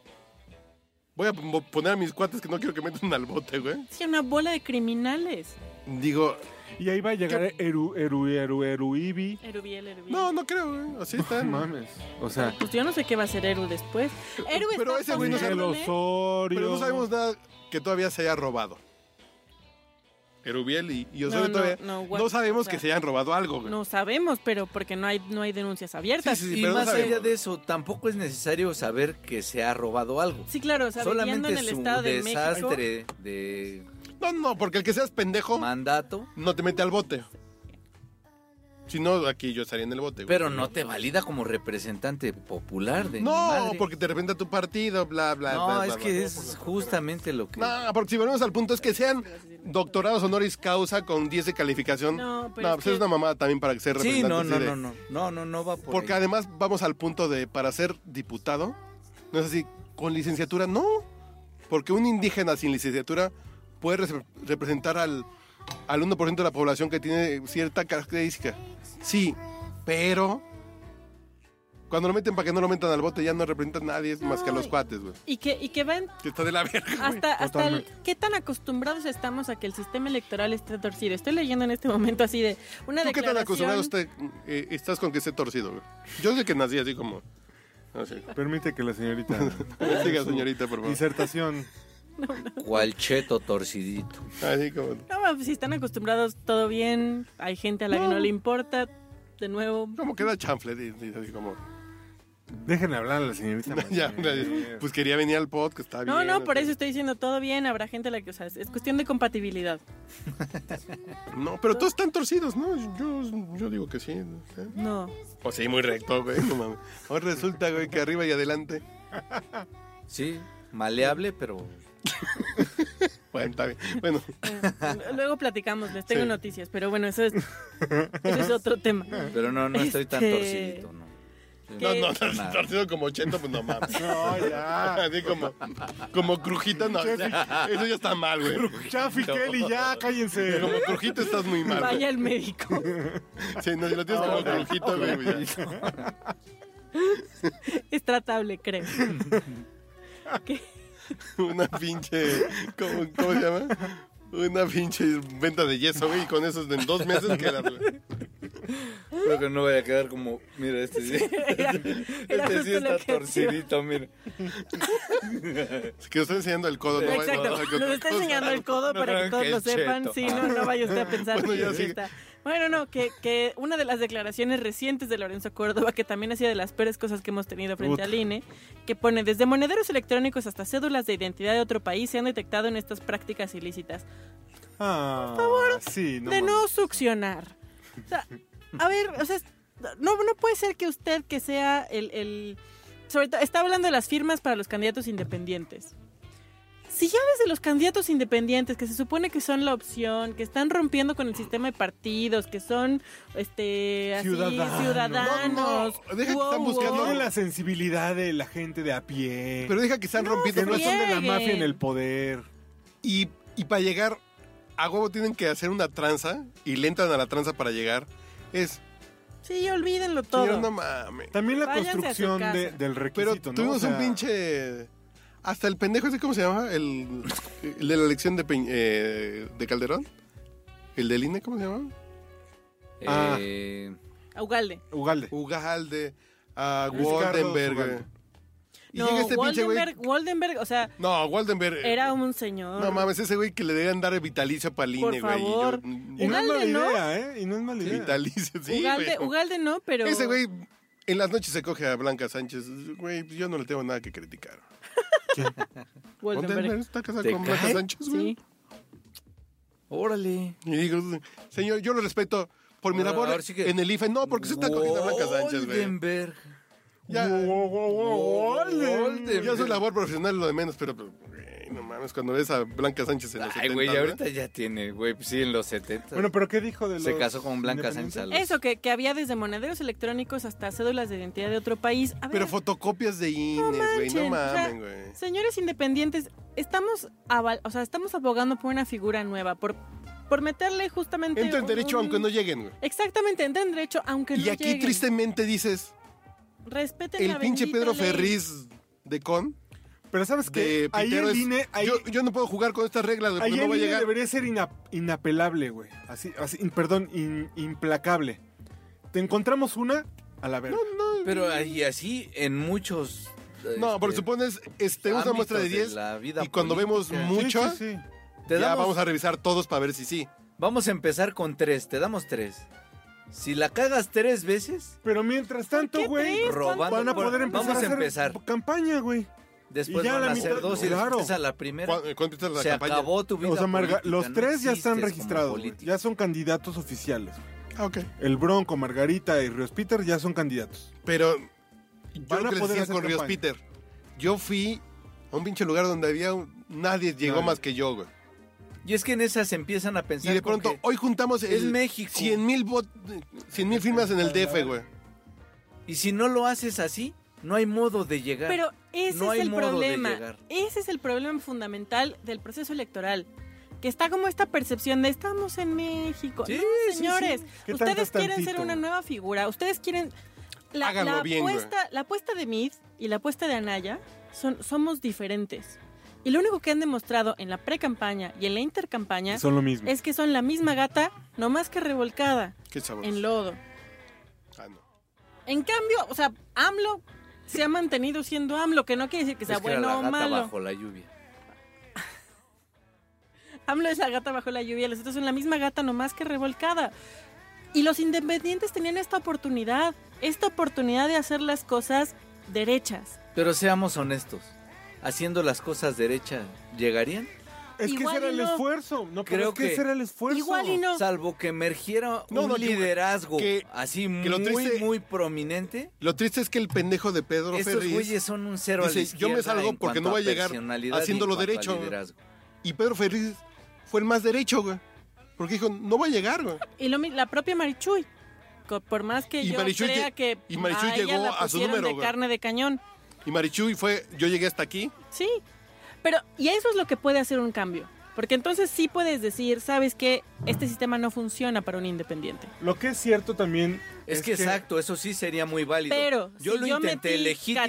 B: Voy a p- poner a mis cuates que no quiero que metan al bote, güey.
C: Sí, una bola de criminales.
B: Digo,
A: no. Y ahí va a llegar Eru, Eru, Eru, Eru, Ibi.
C: Erubiel, Erubiel.
B: no, no creo, güey. Así
D: (laughs)
B: está.
A: No mames. O sea,
C: Pues yo no sé qué va a hacer Eru después. Eru
B: Pero
C: está
B: ese Ah, güey no sabe-
A: Miguel
C: postulándome.
A: Osorio.
B: Pero no sabemos nada que todavía se haya robado. Erubiel y, y Osorio
C: No, no,
B: todavía.
C: no,
B: No,
C: guac-
B: sabemos
C: o sea,
B: que se hayan robado algo, güey.
C: No sabemos, pero porque no hay, no hay denuncias abiertas.
B: Sí, sí,
D: y
B: pero no
D: más
B: sabemos.
D: allá de eso, tampoco es necesario saber que se ha robado algo.
C: Sí, claro, o sea, viviendo
D: Solamente
C: en el
D: su
C: Estado de México.
D: desastre de
B: No, no, porque el que seas pendejo
D: mandato,
B: no te mete al bote. Si no, aquí yo estaría en el bote, güey.
D: pero no te valida como representante popular de mi
B: No,
D: madre.
B: porque te representa tu partido, bla, bla, bla.
D: no,
B: bla,
D: es
B: bla.
D: que es justamente lo que
B: No, porque si volvemos al punto es que sean doctorados honoris causa con 10 de calificación.
C: No,
B: No,
C: pero es
B: pues
C: que-
B: es una mamada también para que sea
D: Sí,
B: representante.
D: no, no,
B: así de-
D: no, no, no, no, no va por
B: Porque
D: ahí.
B: además vamos al punto de para ser diputado, no es así, con licenciatura no, porque un indígena sin licenciatura puede re- representar al, al 1% de la población que tiene cierta característica. Sí, pero cuando lo meten para que no lo metan al bote ya no representan a nadie más que a los
C: No.
B: cuates, güey.
C: Y que, y que ven
B: Que está de la verga. güey.
C: hasta, hasta el-
A: totalmente.
C: qué tan acostumbrados estamos a que el sistema electoral esté torcido. Estoy leyendo en este momento así de una
B: ¿Tú qué
C: declaración.
B: tan acostumbrado usted, eh, estás con que esté torcido? güey? Yo sé que nací así como... Así.
A: Permite que la señorita...
B: (laughs) Siga, señorita, por favor.
A: Disertación.
D: Cual cheto torcidito.
B: Así como...
C: No, pues, si están acostumbrados, todo bien. Hay gente a la que no le importa. De nuevo,
B: Como queda chanfle, di- di- así como...
A: Déjenle hablar a la señorita.
B: (laughs)
A: Eh,
B: Ya,
A: Martínez.
B: pues quería venir al pod, que está bien.
C: No, no, por
B: así.
C: eso estoy diciendo todo bien. Habrá gente a la que, o sea, es- es cuestión de compatibilidad.
B: No, pero todos están torcidos, ¿no? Yo, yo digo que sí. ¿eh?
C: No.
B: (laughs) O sí, muy recto, güey. no mames. Ahora resulta, güey, que arriba y adelante.
D: Sí, maleable, pero
B: Bueno, está bien. Bueno,
C: Eh, Luego platicamos, les tengo
B: Sí.
C: noticias, pero
B: (laughs)
C: bueno, eso es, eso es otro tema.
D: pero no, no estoy tan
C: Este-
D: torcidito, no. Sí.
C: ¿Qué?
B: no, no,
D: Eh.
B: no, torcido como 80, pues no mames.
A: (laughs) No,
B: (laughs)
A: ya.
B: Así como, como crujita, no. o sea, eso ya está mal, güey.
A: Chafi Kelly, ya, cállense.
B: Como crujita estás muy mal. güey.
C: Vaya al médico.
B: Sí, no, si lo tienes
A: Ah,
B: como crujita, güey.
A: (laughs)
B: pues ya.
C: Es tratable, creo. ¿Qué?
B: Una pinche. ¿cómo, cómo se llama? Una pinche venta de yeso, güey. Y con eso en dos meses quedas, güey.
D: Creo que no vaya a quedar como, mira, este sí,
C: (laughs) Era, era
D: este
C: justo
D: sí
C: lo
D: está
C: que te iba-
D: torcidito, mira.
B: Es que estoy enseñando el codo, no vaya-
C: Exacto,
B: no vaya-
C: nos está enseñando el codo
D: No
C: para que
D: crean
C: todos
D: que
C: lo
D: es cheto.
C: sepan. Sí, no, no vaya usted a pensar
B: Bueno,
C: que
B: ya
C: sí
B: sigue.
C: está. Bueno, no, que, que una de las declaraciones recientes de Lorenzo Córdoba, que también ha sido de las peores cosas que hemos tenido frente
A: Puta.
C: al INE, que pone desde monederos electrónicos hasta cédulas de identidad de otro país se han detectado en estas prácticas ilícitas.
A: Ah, Por favor. Sí, no.
C: de
A: mames.
C: no succionar. O sea, a ver, o sea, es- no, no puede ser que usted que sea el, el- Sobre todo, está hablando de las firmas para los candidatos independientes. Si ya desde los candidatos independientes, que se supone que son la opción, que están rompiendo con el sistema de partidos, que son este así,
A: Ciudadanos.
C: ciudadanos,
B: No, no, deja que están buscando
A: No
B: no.
A: la sensibilidad de la gente de a pie.
B: Pero deja que están rompiendo.
A: que no son de la
C: frieguen.
A: mafia en el poder.
B: Y, y para llegar, a huevo tienen que hacer una tranza. Y le entran a la tranza para llegar. Es.
C: Sí, olvídenlo todo.
B: Señor, no mames.
A: También la
C: Váyanse a su
A: construcción
C: casa.
A: de- del requisito,
B: Pero
A: ¿no?
B: tuvimos
A: O sea,
B: un pinche. Hasta el pendejo ese, ¿cómo se llama? El, el de la elección de, Peñ- eh, de Calderón. El del INE, ¿cómo se llama?
A: Ah.
D: Eh,
C: A Ah, Ugalde.
A: Ugalde.
B: Ugalde, a
A: Luis Carlos
B: Waldenberg.
A: Ugalde.
B: güey. Y
C: No,
B: llega este pinche güey.
C: Waldenberg, Waldenberg, o sea,
B: No, Waldenberg. eh,
C: era un señor.
B: No mames, ese güey que le deberían dar vitalicio para el
C: Por
B: INE, güey. y yo- mm,
C: favor.
A: Y no es mala
C: Ugalde, ¿no?
A: idea, ¿eh? Y no es mala idea.
B: Vitalicio, sí.
C: Ugalde,
B: güey.
C: Ugalde no, pero...
B: Ese güey en las noches se coge a Blanca Sánchez. Güey, yo no le tengo nada que criticar. Waldenberg
C: Waldenberg.
B: está casado
D: ¿Te
B: con Blanca
D: cae?
B: Sánchez, güey.
C: Sí.
D: órale.
B: Y digo, señor, yo lo respeto por mi
D: Ahora-
B: labor
D: ahora sí que-
B: en el IFE. No, porque se está cogiendo a Blanca Sánchez, güey.
D: Goldenberg.
B: Ya,
A: Wow, wow, wow, Ugalde.
D: Goldenberg.
B: ya su labor profesional es lo de menos, pero, pues, güey, no mames, cuando ves a Blanca Sánchez en los
D: Ay,
B: 70,
D: güey,
B: ¿no?
D: ahorita ya tiene, güey, pues sí, en los 70.
A: Bueno, pero ¿qué dijo de los
D: se casó con Blanca
A: independientes?
D: Sánchez. a los-
C: Eso, que, que había desde monederos electrónicos hasta cédulas de identidad de otro país. A ver,
B: Pero fotocopias de INES, güey, no
C: manchen, o sea,
B: mames, güey.
C: señores independientes, estamos, aval- o sea, estamos abogando por una figura nueva, por, por meterle justamente...
B: Entra en
C: un-
B: derecho aunque no lleguen, güey.
C: Exactamente, entra en derecho aunque no
B: Y aquí
C: lleguen.
B: tristemente dices,
C: Respeten
B: el
C: la
B: pinche
C: bendita
B: Pedro
C: ley.
B: Ferriz de Con,
A: Pero ¿sabes
B: de
A: qué? Ahí
B: Pitero,
A: el
B: es,
A: INE... Ahí,
B: yo, yo no puedo jugar con estas reglas, güey,
A: ahí
B: porque no
A: el
B: va a
A: INE
B: llegar.
A: debería ser ina- inapelable, güey. Así, así, in- perdón, in- implacable. Te encontramos una a la verga.
D: Pero ahí así en muchos.
B: No, porque
D: este,
B: supones, este, una
D: ámbitos
B: muestra de
D: de
B: 10
D: la vida
B: y cuando vemos
D: política.
B: mucho,
A: Sí, sí, sí.
D: Te
B: ya
D: damos-
B: vamos a revisar todos para ver si sí.
D: Vamos a empezar con tres, te damos tres. Si la cagas tres veces,
A: Pero mientras tanto,
C: qué
A: güey,
C: tres?
D: robando.
A: van a
D: por-
A: poder empezar
D: vamos a
A: hacer
D: empezar.
A: campaña, güey.
D: Después
A: y ya
D: van
A: la
D: a hacer
A: mitad-
D: dos y
A: claro.
D: después a la primera.
B: ¿Cuándo cuándo empieza eh, la
D: Se
B: campaña?
D: acabó tu vida.
A: O sea, Marga,
D: política,
A: los
D: no
A: tres ya están
D: existes como
A: registrados, güey.
D: político.
A: ya son candidatos oficiales.
B: Ah, ok.
A: El Bronco, Margarita y Ríos Peter ya son candidatos.
B: Pero yo
A: Van
B: lo
A: a
B: que les
A: poder
B: decía
A: hacer
B: con Ríos
A: campaña.
B: Peter, yo fui a un pinche lugar donde había un- nadie llegó
A: Nadie.
B: más que yo, güey.
D: Y es que en esas empiezan a
B: Y
D: pensar.
B: de
D: con
B: pronto,
D: que-
B: hoy juntamos
D: es México.
B: 100 mil firmas en el DF, güey.
D: Y si no lo haces así, no hay modo de llegar.
C: Pero ese
D: No hay
C: es el
D: modo de
C: problema.
D: llegar.
C: Ese es el problema fundamental del proceso electoral. Que está como esta percepción de estamos en México.
D: Sí,
C: no,
D: sí, sí.
C: señores.
A: ¿Qué tanto
C: Ustedes
A: es
C: quieren
A: tantito?
C: ser una nueva figura. Ustedes quieren. La,
B: Háganlo
C: la
B: bien, güey.
C: apuesta, la apuesta de Mid y la apuesta de Anaya son somos diferentes. Y lo único que han demostrado en la pre-campaña y en la intercampaña
A: Son lo mismo.
C: es que son la misma gata, no más que revolcada
B: Qué
D: Pues
B: sabor.
C: en lodo.
B: Ah, no.
C: En cambio, o sea, AMLO se ha mantenido siendo AMLO, que no quiere decir que sea
D: Es que era
C: bueno
D: la
C: o
D: gata
C: malo.
D: bajo la lluvia.
C: AMLO es la gata bajo la lluvia, los otros son la misma gata nomás que revolcada. Y los independientes tenían esta oportunidad, esta oportunidad de hacer las cosas derechas.
D: Pero seamos honestos. Haciendo las cosas derechas, ¿llegarían?
A: Es que
C: Igual
A: ese era
C: y
A: el
C: no.
A: esfuerzo. No, pero
D: Creo
A: es que,
D: que-
A: ese era el esfuerzo.
C: Igual y no.
D: Salvo que emergiera
B: No,
D: un
B: no, que-
D: liderazgo
B: que-
D: así
B: que lo
D: muy,
B: triste-
D: muy prominente.
B: Lo triste es que el pendejo de Pedro
D: Estos
B: Ferris.
D: güeyes son un cero a la
B: dice,
D: izquierda.
B: yo me salgo
D: en
B: porque no
D: cuanto
B: voy a llegar
D: personalidad y en
B: haciéndolo
D: cuanto a
B: derecho.
D: liderazgo.
B: Y Pedro Ferris fue el más derecho, güey. Porque dijo, no voy a llegar, güey.
C: Y lo mi- la propia Marichuy. co- Por más que
B: Y
C: yo
B: Marichuy
C: crea
B: lle-
C: que
B: y Marichuy
C: a ella
B: llegó
C: la
B: a su
C: pusieron
B: número,
C: de
B: güey.
C: carne de cañón.
B: Y Marichuy fue, yo llegué hasta aquí.
C: Sí. Pero, y eso es lo que puede hacer un cambio. Porque entonces sí puedes decir, sabes que este sistema no funciona para un independiente.
A: Lo que es cierto también.
D: Es, que, exacto, eso sí sería muy válido.
C: Pero
D: yo
C: si
D: lo
C: yo
D: intenté
C: metí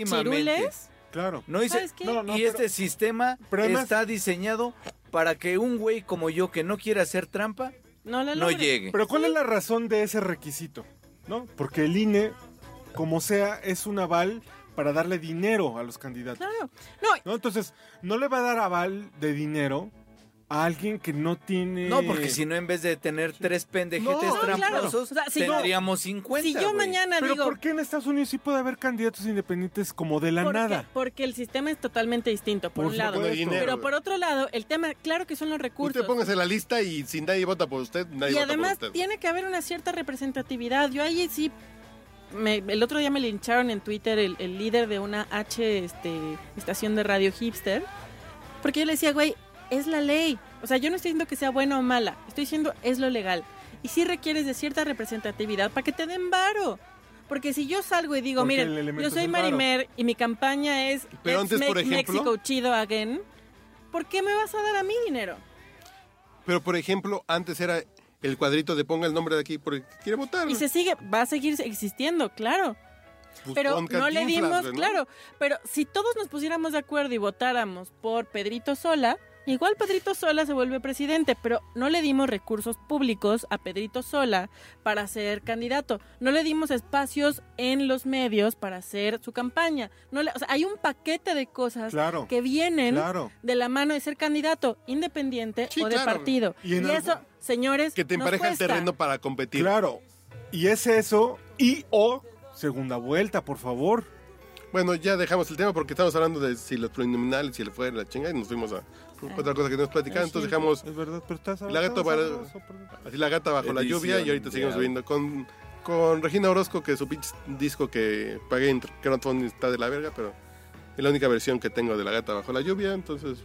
D: legítimamente.
C: cachirules,
A: Claro.
D: No hice,
C: ¿sabes qué?
A: No, no,
D: y
A: pero-
D: este sistema
A: pero además-
D: está diseñado para que un güey como yo que no quiera hacer trampa
C: No la
D: no
C: logre.
D: llegue.
A: Pero ¿cuál es la razón de ese requisito? ¿No? Porque el INE, como sea, es un aval para darle dinero a los candidatos.
C: Claro. No,
A: ¿No? Entonces, no le va a dar aval de dinero a alguien que no tiene.
D: No, porque si no, en vez de tener tres pendejetes
A: No,
C: claro.
D: tramposos,
C: O sea, si no-
D: tendríamos 50.
C: si yo
D: güey.
C: mañana
A: Pero
C: digo...
A: ¿por qué en Estados Unidos sí puede haber candidatos independientes como de la
C: porque,
A: nada?
C: porque el sistema es totalmente distinto, por,
A: Por
C: un lado.
A: supuesto.
B: Dinero,
C: Pero
B: güey.
C: por otro lado, el tema, claro que son los recursos.
B: Usted póngase la lista y si nadie vota por usted, nadie
C: Y
B: vota
C: además
B: por usted.
C: tiene que haber una cierta representatividad. Yo ahí sí, me- el otro día me lincharon en Twitter el, el líder de una H este, estación de radio hipster, porque yo le decía, güey, es la ley. O sea, yo no estoy diciendo que sea buena o mala, estoy diciendo es lo legal. Y sí requieres de cierta representatividad para que te den varo. Porque si yo salgo y digo,
A: Porque el
C: miren,
A: elemento
C: yo soy
A: es el varo".
C: Marimer y mi campaña es
B: Pero
C: Let's
B: antes, por
C: Make
B: ejemplo-
C: Mexico Chido Again, ¿por qué me vas a dar a mí dinero?
B: Pero, por ejemplo, antes era el cuadrito de ponga el nombre de aquí porque quiere votar.
C: Y se sigue, va a seguir existiendo, claro.
B: Pues
C: Pero
B: pon
C: no le
B: Cantinflas,
C: dimos,
B: güey, ¿no?
C: claro, pero si todos nos pusiéramos de acuerdo y votáramos por Pedrito Sola, igual Pedrito Sola se vuelve presidente, pero no le dimos recursos públicos a Pedrito Sola para ser candidato, no le dimos espacios en los medios para hacer su campaña, no le- o sea, hay un paquete de cosas
A: Claro.
C: que vienen
A: Claro.
C: de la mano de ser candidato independiente
B: Sí,
C: o de
B: claro.
C: partido.
A: Y
C: Y,
A: en algo-
C: eso, señores,
B: Que te
C: nos
B: empareja el
C: cuesta.
B: terreno para competir.
A: Claro. Y es eso y o segunda vuelta, por favor.
B: Bueno, ya dejamos el tema porque estamos hablando de si los preliminares, si le fue la chinga y nos fuimos a
C: Ah.
B: otra cosa que nos platicaban. Entonces dejamos
A: Es verdad, pero estás
B: La gato
A: estabas
B: para-
A: sabroso, perdón.
B: así la gata bajo la
D: Edición
B: lluvia y ahorita
D: de
B: seguimos
D: audio.
B: subiendo con, con Regina Orozco, que su pinche disco que pagué en crowdfunding está de la verga, pero es la única versión que tengo de la gata bajo la lluvia. Entonces,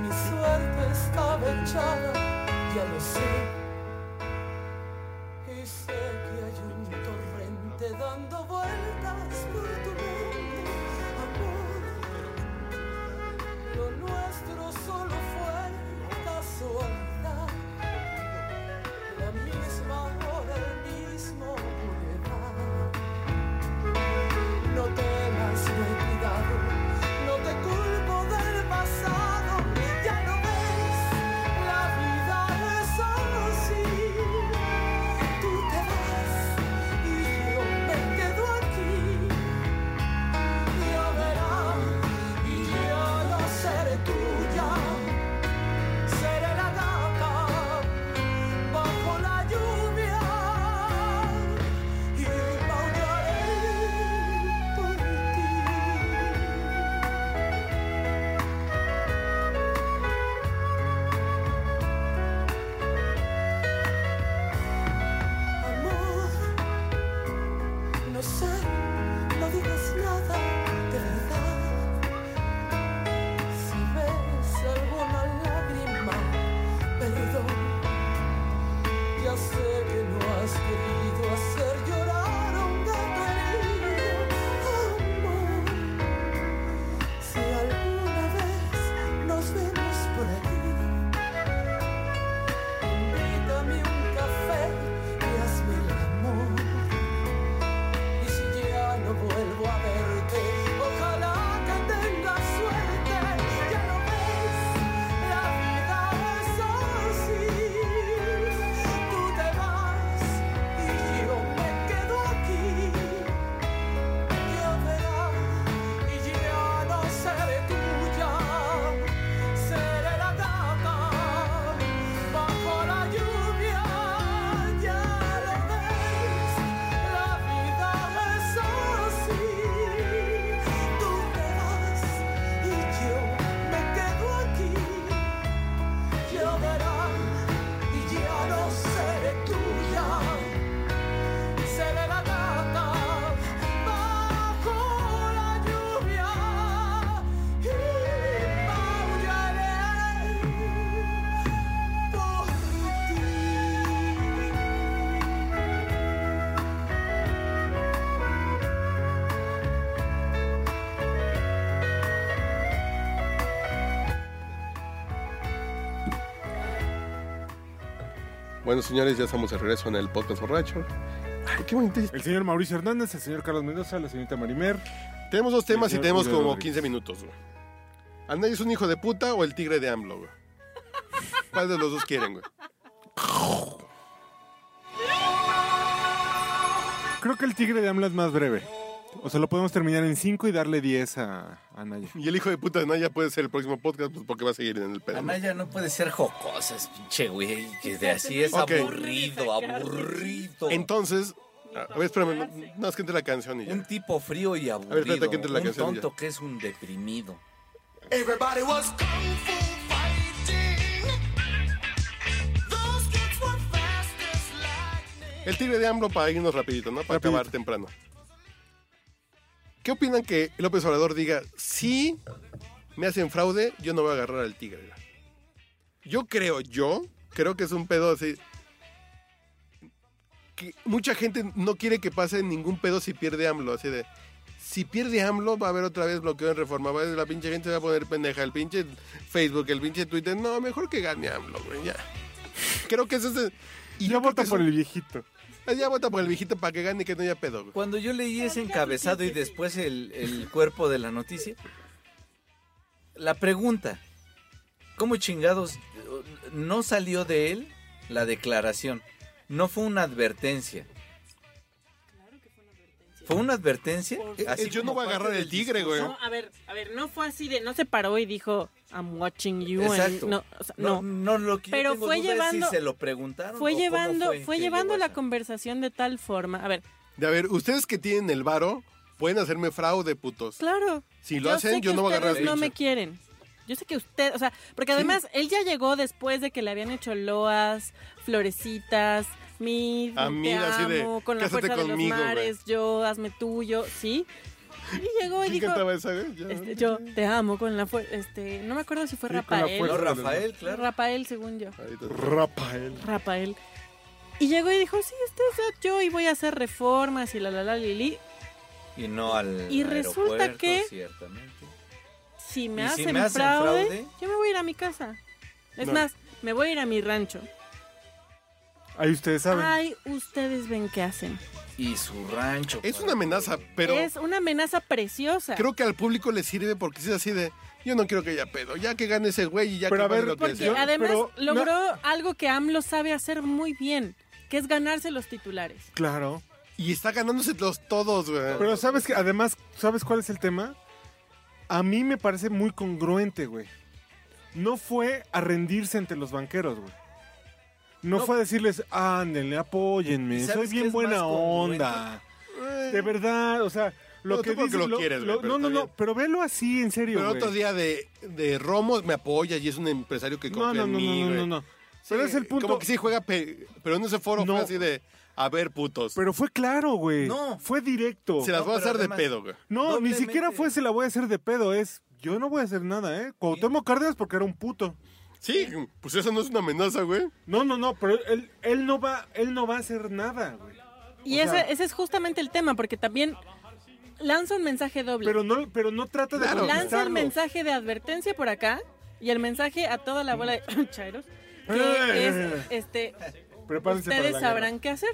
E: Mi suerte estaba echada, ya lo sé. Y sé que hay un torrente dando vueltas por tu mente, amor. Lo nuestro solo fue casualidad. La misma hora, el mismo bulevar. No temas, no he cuidado, no te culpo del pasado. Ya lo ves, la vida es así. Tú te vas y yo me quedo
B: Bueno, señores, ya estamos de regreso en el podcast borracho. Ay, qué bonito.
A: El señor Mauricio Hernández, el señor Carlos Mendoza, la señorita Marimer.
B: Tenemos dos temas y
A: señor
B: tenemos
A: Julio
B: como
A: Rodríguez.
B: 15 minutos, güey. ¿Anaya es un hijo de puta o el tigre de AMLO, güey? ¿Cuál de los dos quieren, güey?
A: Creo que el tigre de AMLO es más breve. O sea, lo podemos terminar en 5 y darle 10 a, a Naya.
B: Y el hijo de puta de Anaya puede ser el próximo podcast pues, porque va a seguir en el pedo. ¿no?
D: Anaya no puede ser jocosas, pinche güey. Que de así es
B: Ok.
D: aburrido, aburrido.
B: Entonces, a a ver, espérame, no, no, es que entre la canción y
D: un
B: ya.
D: tipo frío y aburrido.
B: espérate que entre la
D: un
B: canción y
D: tonto
B: ya.
D: que es un deprimido.
G: Everybody was kung fu fighting. Those kids were fast as lightning.
B: El tigre de AMLO para irnos rapidito, ¿no? Para
A: Rapidito.
B: acabar temprano. ¿Qué opinan que López Obrador diga, si me hacen fraude, yo no voy a agarrar al tigre? güey"? Yo creo, yo creo que es un pedo así. Que mucha gente no quiere que pase ningún pedo si pierde AMLO, así de. Si pierde AMLO, va a haber otra vez bloqueo en reforma. va a- La pinche gente va a poner pendeja. El pinche Facebook, el pinche Twitter. No, mejor que gane AMLO, güey, ya. Creo que eso es.
A: Y
B: yo
A: yo
B: creo que
A: voto
B: es
A: por
B: un-
A: el viejito.
B: Ah, Ya vota por el viejito para que gane y que no haya pedo. güey.
D: Cuando yo leí ese encabezado y después el, el cuerpo de la noticia, la pregunta, ¿cómo chingados no salió de él la declaración? No fue una advertencia. ¿Fue una advertencia?
B: Eh, eh, yo no
D: como
B: voy a
D: parte
B: agarrar el
D: del
B: tigre, güey.
C: No, a ver, a ver, no fue así de, no se paró y dijo, I'm watching you. and-"
D: Exacto.
C: no, o sea,
D: No,
C: no.
D: no, lo que yo
C: Pero
D: tengo
C: fue
D: duda es
C: llevando-
D: si se lo preguntaron. o
C: Fue
D: cómo
C: llevando,
D: fue
C: fue,
D: que
C: llevando
D: llegó a
C: la
D: esa-
C: conversación de tal forma. A ver,
B: De a ver, ustedes que tienen el varo, pueden hacerme fraude, putos.
C: claro.
B: Si lo hacen,
C: sé
B: yo
C: que
B: no voy a
C: ustedes
B: agarrar el
C: no me
B: pinche.
C: quieren. Yo sé que usted, o sea, porque además él ya llegó después de que le habían hecho loas, florecitas, mi,
B: Ah, mira, así
C: te
B: de,
C: amo, con la
B: "Cásate
C: fuerza de
B: conmigo,
C: los
B: güey".
C: mares, yo, hazme tuyo, ¿sí? Y llegó y
B: ¿Quién
C: dijo,
B: cantaba esa, güey? Ya.
C: este, yo te amo con la fuerza, este, no me acuerdo si fue
A: Sí, con la
C: Rafael.
D: No,
A: fuerza.
D: Rafael, claro.
C: Rafael, según yo.
B: Ahorita.
A: Rafael.
C: Rafael. Y llegó y dijo, sí, este es yo y voy a hacer reformas y la, la, la, lili.
D: Y no al
C: Y resulta
D: aeropuerto,
C: que-
D: ciertamente.
C: Si me
D: ¿Y si
C: hacen,
D: me hacen
C: fraude,
D: fraude?
C: yo me voy a ir a mi casa. Es
B: No.
C: más, me voy a ir a mi rancho.
A: Ahí ustedes saben.
C: Ay, ustedes ven qué hacen.
D: Y su rancho. pues,
B: Es
D: padre.
B: una amenaza, pero
C: es una amenaza preciosa.
B: creo que al público le sirve porque es así de, yo no quiero que haya pedo, ya que gane ese güey y ya
A: Pero
B: que
A: a
B: pase
A: ver,
B: lo que
C: Porque
A: yo-
B: sea.
C: además
A: pero-
C: logró algo que AMLO sabe hacer muy bien, que es ganarse los titulares.
A: Claro.
B: Y está ganándose los todos, güey.
A: Pero sabes que además, ¿sabes cuál es el tema? A mí me parece muy congruente, güey. No fue a rendirse ante los banqueros, güey. No,
D: No.
A: fue a decirles, ándenle,
D: ¿Y
A: apóyenme,
D: sabes
A: soy
D: qué
A: bien
D: es más
A: buena
D: congruente?
A: onda.
B: Eh,
A: De verdad, o sea, lo
B: No,
A: que
B: tú porque
A: dices,
B: lo quieres, güey, pero
A: No, no,
B: está
A: no,
B: bien.
A: pero velo así, en serio,
B: Pero
A: güey.
B: otro día de, de Romo me apoya y es un empresario que
A: no,
B: confía
A: no, no,
B: en mí,
A: no, no,
B: güey.
A: no, no. Pero
B: Sí,
A: es el punto.
B: Como que sí juega, pe- pero en ese foro
A: No.
B: fue así de, a ver, putos,
A: Pero fue claro, güey.
D: No.
A: Fue directo.
B: se las
D: No,
B: voy a
D: pero
B: hacer
D: además-
B: de pedo, güey.
A: No, ni
D: Doblemente.
A: siquiera fue se la voy a hacer de pedo, es yo no voy a hacer nada, ¿eh? Cuauhtémoc Cárdenas porque era un puto.
B: Sí, pues eso no es una amenaza, güey.
A: No, no, no, pero él, él no va, él no va a hacer nada, güey.
C: Y
A: O sea-
C: ese, ese es justamente el tema, porque también lanza un mensaje doble.
A: Pero no, pero no trata de
B: Claro.
C: Lanza el
A: conquistarlos.
C: mensaje de advertencia por acá y el mensaje a toda la bola de (laughs) chairos que
A: Eh.
C: es este
A: Prepárense para
C: ustedes
A: la
C: sabrán qué hacer.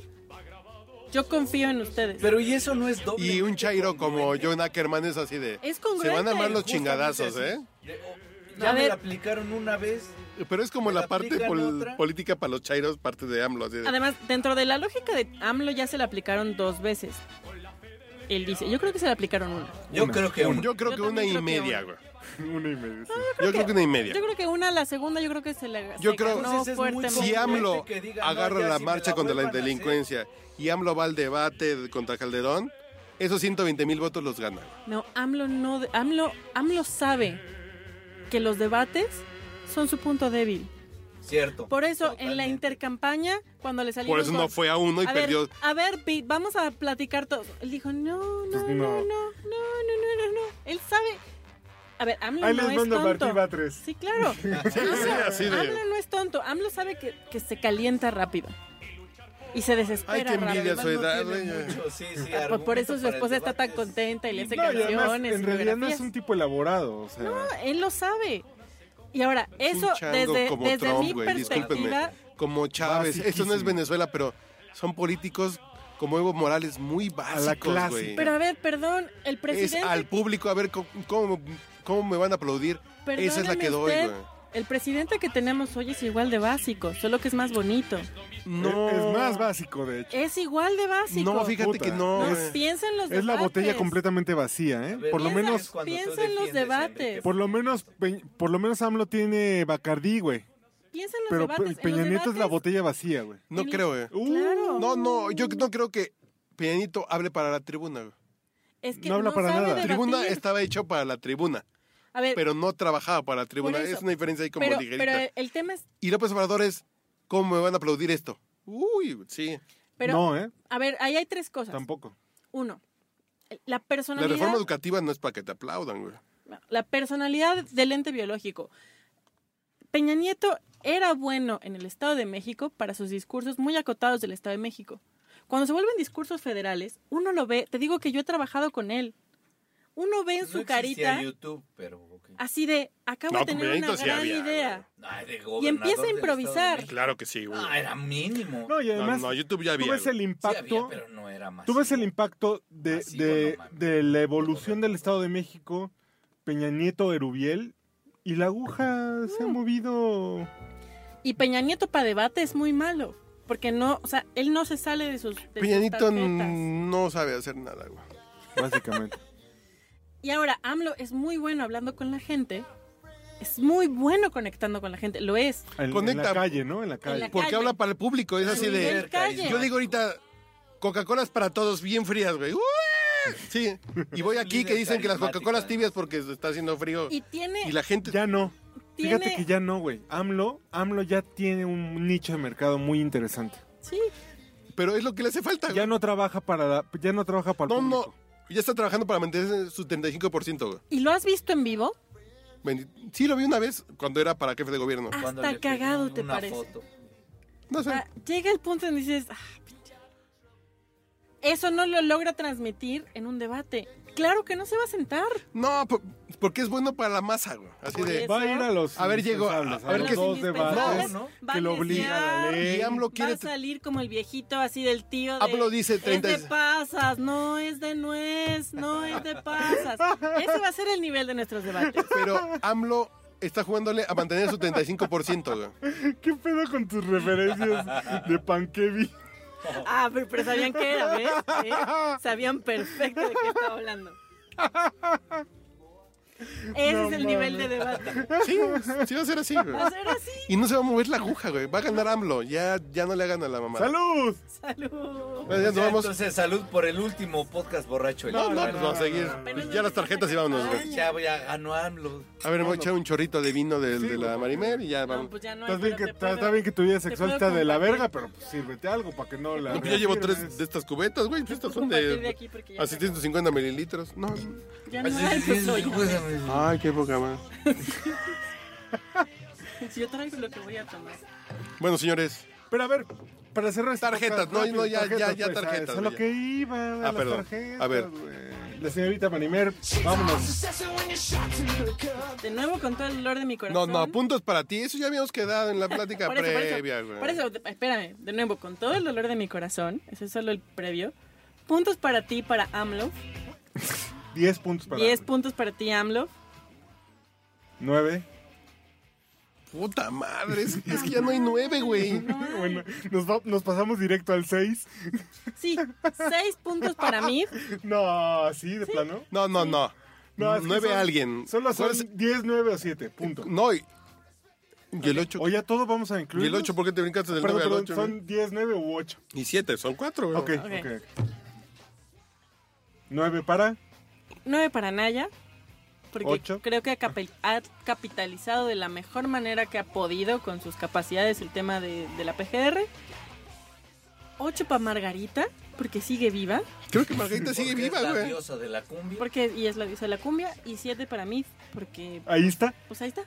C: Yo confío en ustedes.
D: Pero y eso no es doble.
B: Y un chairo como John Ackerman es así de...
C: es
B: Se
C: congruente.
B: van a armar los
D: Justamente
B: chingadazos,
D: así.
B: ¿eh?
D: De- o-
C: A
D: Ya me
C: ver.
D: la aplicaron una vez.
B: Pero es como
D: ¿Me
B: la
D: la
B: parte
D: aplican
B: pol-
D: otra?
B: política para los chairos, parte de AMLO. Así de,
C: Además, dentro de la lógica de AMLO ya se la aplicaron dos veces. Él dice, yo creo que se la aplicaron una.
D: Yo
A: Una,
D: creo que
A: una.
D: una.
B: yo creo
C: Yo
B: que una
C: también
B: y
C: creo que
B: media, güey.
A: guerra. Una y media, sí.
B: Yo creo que una y media.
C: Yo creo que una, la segunda, yo creo que se la
B: Yo
C: se
B: creo-
C: ganó
D: Entonces es muy
C: fuertemente.
B: Si
D: Gente
B: AMLO
D: que diga, no,
B: agarra
D: ya
B: la
D: si me
B: marcha
D: la
B: contra la
D: vuelvan a hacer.
B: delincuencia y AMLO va al debate contra Calderón, esos 120 mil votos los gana.
C: No, AMLO no, AMLO, AMLO sabe que los debates son su punto débil.
D: Cierto.
C: Por eso, en la
D: Totalmente.
C: intercampaña, cuando le salieron
B: Por eso
C: con-
B: no fue a uno y
C: a
B: perdió.
C: Ver, a ver, Pete, vamos a platicar todo. Él dijo, no, no,
A: Pues
C: no, no,
A: no.
C: no, no, no, no, no. Él sabe. A ver, AMLO
A: Ahí
C: no
A: les
C: es
A: mando a Martí
C: tonto.
A: Batres. (laughs)
C: Sí, claro.
B: Sí, sí, así de-
C: AMLO no es tonto. AMLO sabe que, que se calienta rápido. Y se desespera
B: Ay, qué envidia
C: rápido.
B: soy
D: Además,
B: edad,
D: no tiene
B: güey.
D: mucho, sí, sí,
C: Ah, pues
D: argumento
C: Por eso su
D: para el
C: esposa está tan
D: debate.
C: contenta y le hace
A: No, y además,
C: canciones.
A: en realidad no es
C: biografías.
A: un tipo elaborado, o sea.
C: Él lo sabe. Y ahora,
B: Es un
C: eso
B: chango
C: desde,
B: como
C: desde
B: Trump,
C: mi
B: güey,
C: perspectiva,
B: como Chávez. Esto no es
A: Basiquísimo.
B: Venezuela, pero son políticos como Evo Morales muy básicos,
A: clase.
B: güey.
C: Pero a ver, perdón, el
B: Es
C: presidente.
B: al público, a ver cómo, cómo- cómo me van a aplaudir. Esa es la
C: perdóneme
B: que doy,
C: usted,
B: güey.
C: El presidente que tenemos hoy es igual de básico, solo que es más bonito.
B: No,
A: Es más básico, de hecho.
C: Es igual de básico.
B: no, fíjate
A: Puta.
B: que no.
C: No,
B: güey.
C: piensa en los
A: Es la
C: debates.
A: botella completamente vacía, ¿eh? Por lo
C: Piensa-
A: menos,
C: piensa en los debates.
A: por lo menos, Pe- por lo menos AMLO tiene Bacardí, güey.
C: Piensa en los
A: Pero
C: debates.
A: Pe-
C: en los
A: Peña Nieto es la
C: debates-
A: botella vacía, güey. Uh,
B: No
C: en-
B: creo, güey.
C: Claro.
B: Uh, No, no, yo no creo que Peñanito hable para la tribuna. güey.
C: Es que
A: no habla para
C: sabe
A: nada.
B: La
C: debatir.
B: tribuna estaba hecho para la tribuna,
C: A ver,
B: pero no trabajaba para la tribuna.
C: Eh, Por eso.
B: Es una diferencia ahí como
C: pero,
B: ligerita.
C: pero el- el tema es.
B: Y López Obrador es, ¿cómo me van a aplaudir esto? Uy, sí.
C: Pero,
A: no, ¿eh?
C: A ver, ahí hay tres cosas.
A: Tampoco.
C: Uno, la
B: La
C: personalidad.
B: reforma educativa no es para que te aplaudan, güey.
C: la personalidad del ente biológico. Peña Nieto era bueno en el Estado de México para sus discursos muy acotados del Estado de México. Cuando se vuelven discursos federales, uno lo ve, te digo que yo he trabajado con él. Uno ve en su carita
D: YouTube, pero... ok.
C: así de, acabo
B: No,
C: de
B: con
C: tener
B: Benito
C: una
B: sí
C: gran
B: había,
C: idea.
D: Ay, de
C: Y empieza
D: gobernador
C: a
D: del
C: improvisar.
D: Estado de México.
B: Claro que sí, güey.
D: Ah, era mínimo.
A: No, y además,
B: no, no, YouTube ya
A: tú
B: había. Ah,
A: ves el
D: Sí
A: impacto...
D: había, pero no era más.
A: ¿Tú ves el impacto de,
D: Masivo,
A: de-
D: no mames.
A: de la evolución del Estado de México, Peña Nieto, Erubiel? Y la aguja se ha
C: Mm.
A: movido.
C: Y Peña Nieto para debate es muy malo, porque no, o sea, él no se sale de sus... de sus
B: Peñanito
C: tarjetas.
B: no sabe hacer nada, güey.
A: Básicamente.
C: Y ahora, AMLO es muy bueno hablando con la gente. Es muy bueno conectando con la gente. Lo es.
A: En,
B: Conecta.
A: en la calle, ¿no? En la calle.
C: la-
B: Porque
C: Calle.
B: habla para el público, es así
C: nivel
B: de...
C: calle.
B: Yo digo ahorita, Coca-Colas para todos bien frías, güey. ¡Ué! Sí, y (laughs) voy aquí que dicen que las Coca-Colas tibias porque se está haciendo frío.
C: Y tiene.
B: Y la gente...
A: Ya no.
C: tiene-
A: Fíjate que ya no, güey. AMLO, AMLO ya tiene un nicho de mercado muy interesante.
C: Sí,
B: Pero es lo que le hace falta,
A: Ya
B: güey.
A: no trabaja para la- ya no trabaja para
B: No,
A: el
B: no.
A: público.
B: Ya está trabajando para mantener su 35%, güey.
C: ¿Y lo has visto en vivo?
B: Bendi- Sí, lo vi una vez cuando era para jefe de gobierno.
C: Ah. Hasta cagado, ¿te parece?
B: No
C: O
B: sé.
C: sea, llega el punto en que dices. "Ah, pinche". Eso no lo logra transmitir en un debate. Claro que no se va a sentar.
B: No, por- porque es bueno para la masa, güey. Así
C: Por
B: de...
C: eso.
A: Va a ir a los
B: A ver, llegó, a-
A: indispensables,
B: a ver
A: los
B: qué-
A: dos debates.
B: (laughs)
D: No,
C: Va
A: que lo
C: a
A: obliga la
C: desear,
A: ley.
B: Y AMLO
C: Va
B: quiere...
C: a salir como el viejito así del tío
A: Ah,
C: de...
B: AMLO dice 30
C: Es de pasas, no es de nuez, no es de
A: (laughs)
C: pasas. Ese va a ser el nivel de nuestros debates. (laughs)
B: Pero AMLO está jugándole a mantener su 35%, güey.
A: ¿Qué pedo con tus referencias de Pankevi?
C: Ah, pero, pero sabían que era, ¿ves? ¿Eh? Sabían perfecto de qué estaba hablando. Ese
A: No
C: es
A: mames.
C: el nivel de debate. Pues
B: Sí, sí va a ser así, güey.
C: Va a ser así.
B: Y no se va a mover la aguja, güey. Va a ganar AMLO. Ya, ya no le hagan a la mamá.
A: ¡Salud!
C: Salud.
B: Bueno, ya nos vamos.
D: Entonces, salud por el último podcast borracho.
B: No, no,
D: Bueno,
B: pues vamos a seguir.
C: Apenas
B: Ya las tarjetas y vámonos, güey.
D: Ya voy a ganó AMLO.
B: A ver, me voy a echar un chorrito de vino del- de,
A: Sí,
B: la
A: güey.
B: Marimer y ya
C: No,
B: vamos.
C: pues ya no hay,
A: Está bien,
C: pero
A: que,
C: te
A: está,
C: puedo-
A: está bien que tu vida
C: te
A: sexual
C: puedo
A: está de la
C: compartir.
A: verga, pero pues, sírvete algo para que no la.
B: No, pues ya llevo tres
A: reafirmes.
B: de estas cubetas, güey.
C: Te
B: Estas
C: puedo
B: son
C: compartir de
B: de.
C: aquí porque ya
B: Así
C: no hay-
B: 150 mililitros. No.
C: Ya no hay, pues, oye,
B: Ay, qué poca más.
C: si yo traigo lo que voy a tomar.
B: Bueno, señores.
A: Pero a ver, para cerrar esta
B: Tarjetas, no, no, ya, ya, ya tarjetas,
A: Es a pues, lo
B: ya.
A: que iba.
B: Ah,
A: las
B: perdón.
A: tarjetas,
B: A ver.
A: güey. La señorita Manimer, vámonos.
C: De nuevo con todo el dolor de mi
B: No,
C: corazón.
B: no, puntos para ti. Eso ya habíamos quedado en la plática
C: (laughs) Por eso, por eso,
B: previa, güey.
C: por eso, de- espérame, de nuevo, con todo el dolor de mi corazón, ese es solo el previo. Puntos para ti, para AMLO.
A: 10 puntos para.
C: 10 puntos para ti, AMLO.
A: 9.
B: Puta madre. Es, es que ya
C: (laughs)
B: no hay nueve, güey.
A: Bueno, nos, va- nos pasamos directo al 6.
C: Sí, 6 puntos para mí.
A: No, sí, de plano.
B: No, no, no.
A: No, es que
B: nueve
A: son-
B: alguien.
A: Solo son
B: ¿Cuál es-
A: 10, 9 o 7. Punto.
B: No, y, y el 8.
A: O ya todo vamos a incluir.
B: ¿Y el 8 por qué te brincaste del 9
A: Perdón,
B: al
A: perdón,
B: 8?
A: son 10, 9 u 8.
B: Y 7, son 4, güey.
A: Ok, ok. 9 para.
C: 9 para Naya. Porque
A: Ocho.
C: creo que ha, capi- ha capitalizado de la mejor manera que ha podido con sus capacidades el tema de, de la PGR. 8 para Margarita, porque sigue viva.
B: Creo que Margarita sigue viva,
D: la
B: güey.
D: diosa de la cumbia.
C: Porque, y es la diosa de la cumbia. Y 7 para mí, porque
A: Ahí está.
C: Pues ahí está.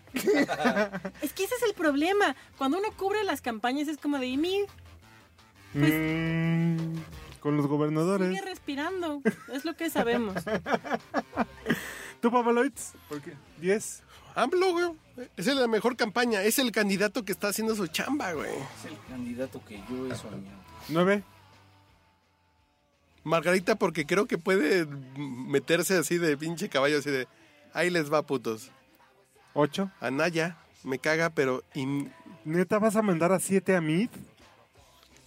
C: es que ese es el problema. Cuando uno cubre las campañas es como de, y mi, Pues-
A: Mm, con los gobernadores.
C: sigue respirando. Es lo que sabemos.
A: ¿Tú, Papaloids? ¿Por qué? ¿10?
B: AMLO, güey. Es la mejor campaña. Es el candidato que está haciendo su chamba, güey.
D: Es el candidato que yo he soñado.
A: Nueve.
B: Margarita, porque creo que puede meterse así de pinche caballo, así de. Ahí les va, putos.
A: Ocho.
B: Anaya, me caga, pero. in-
A: ¿Neta vas a mandar a siete a Mid?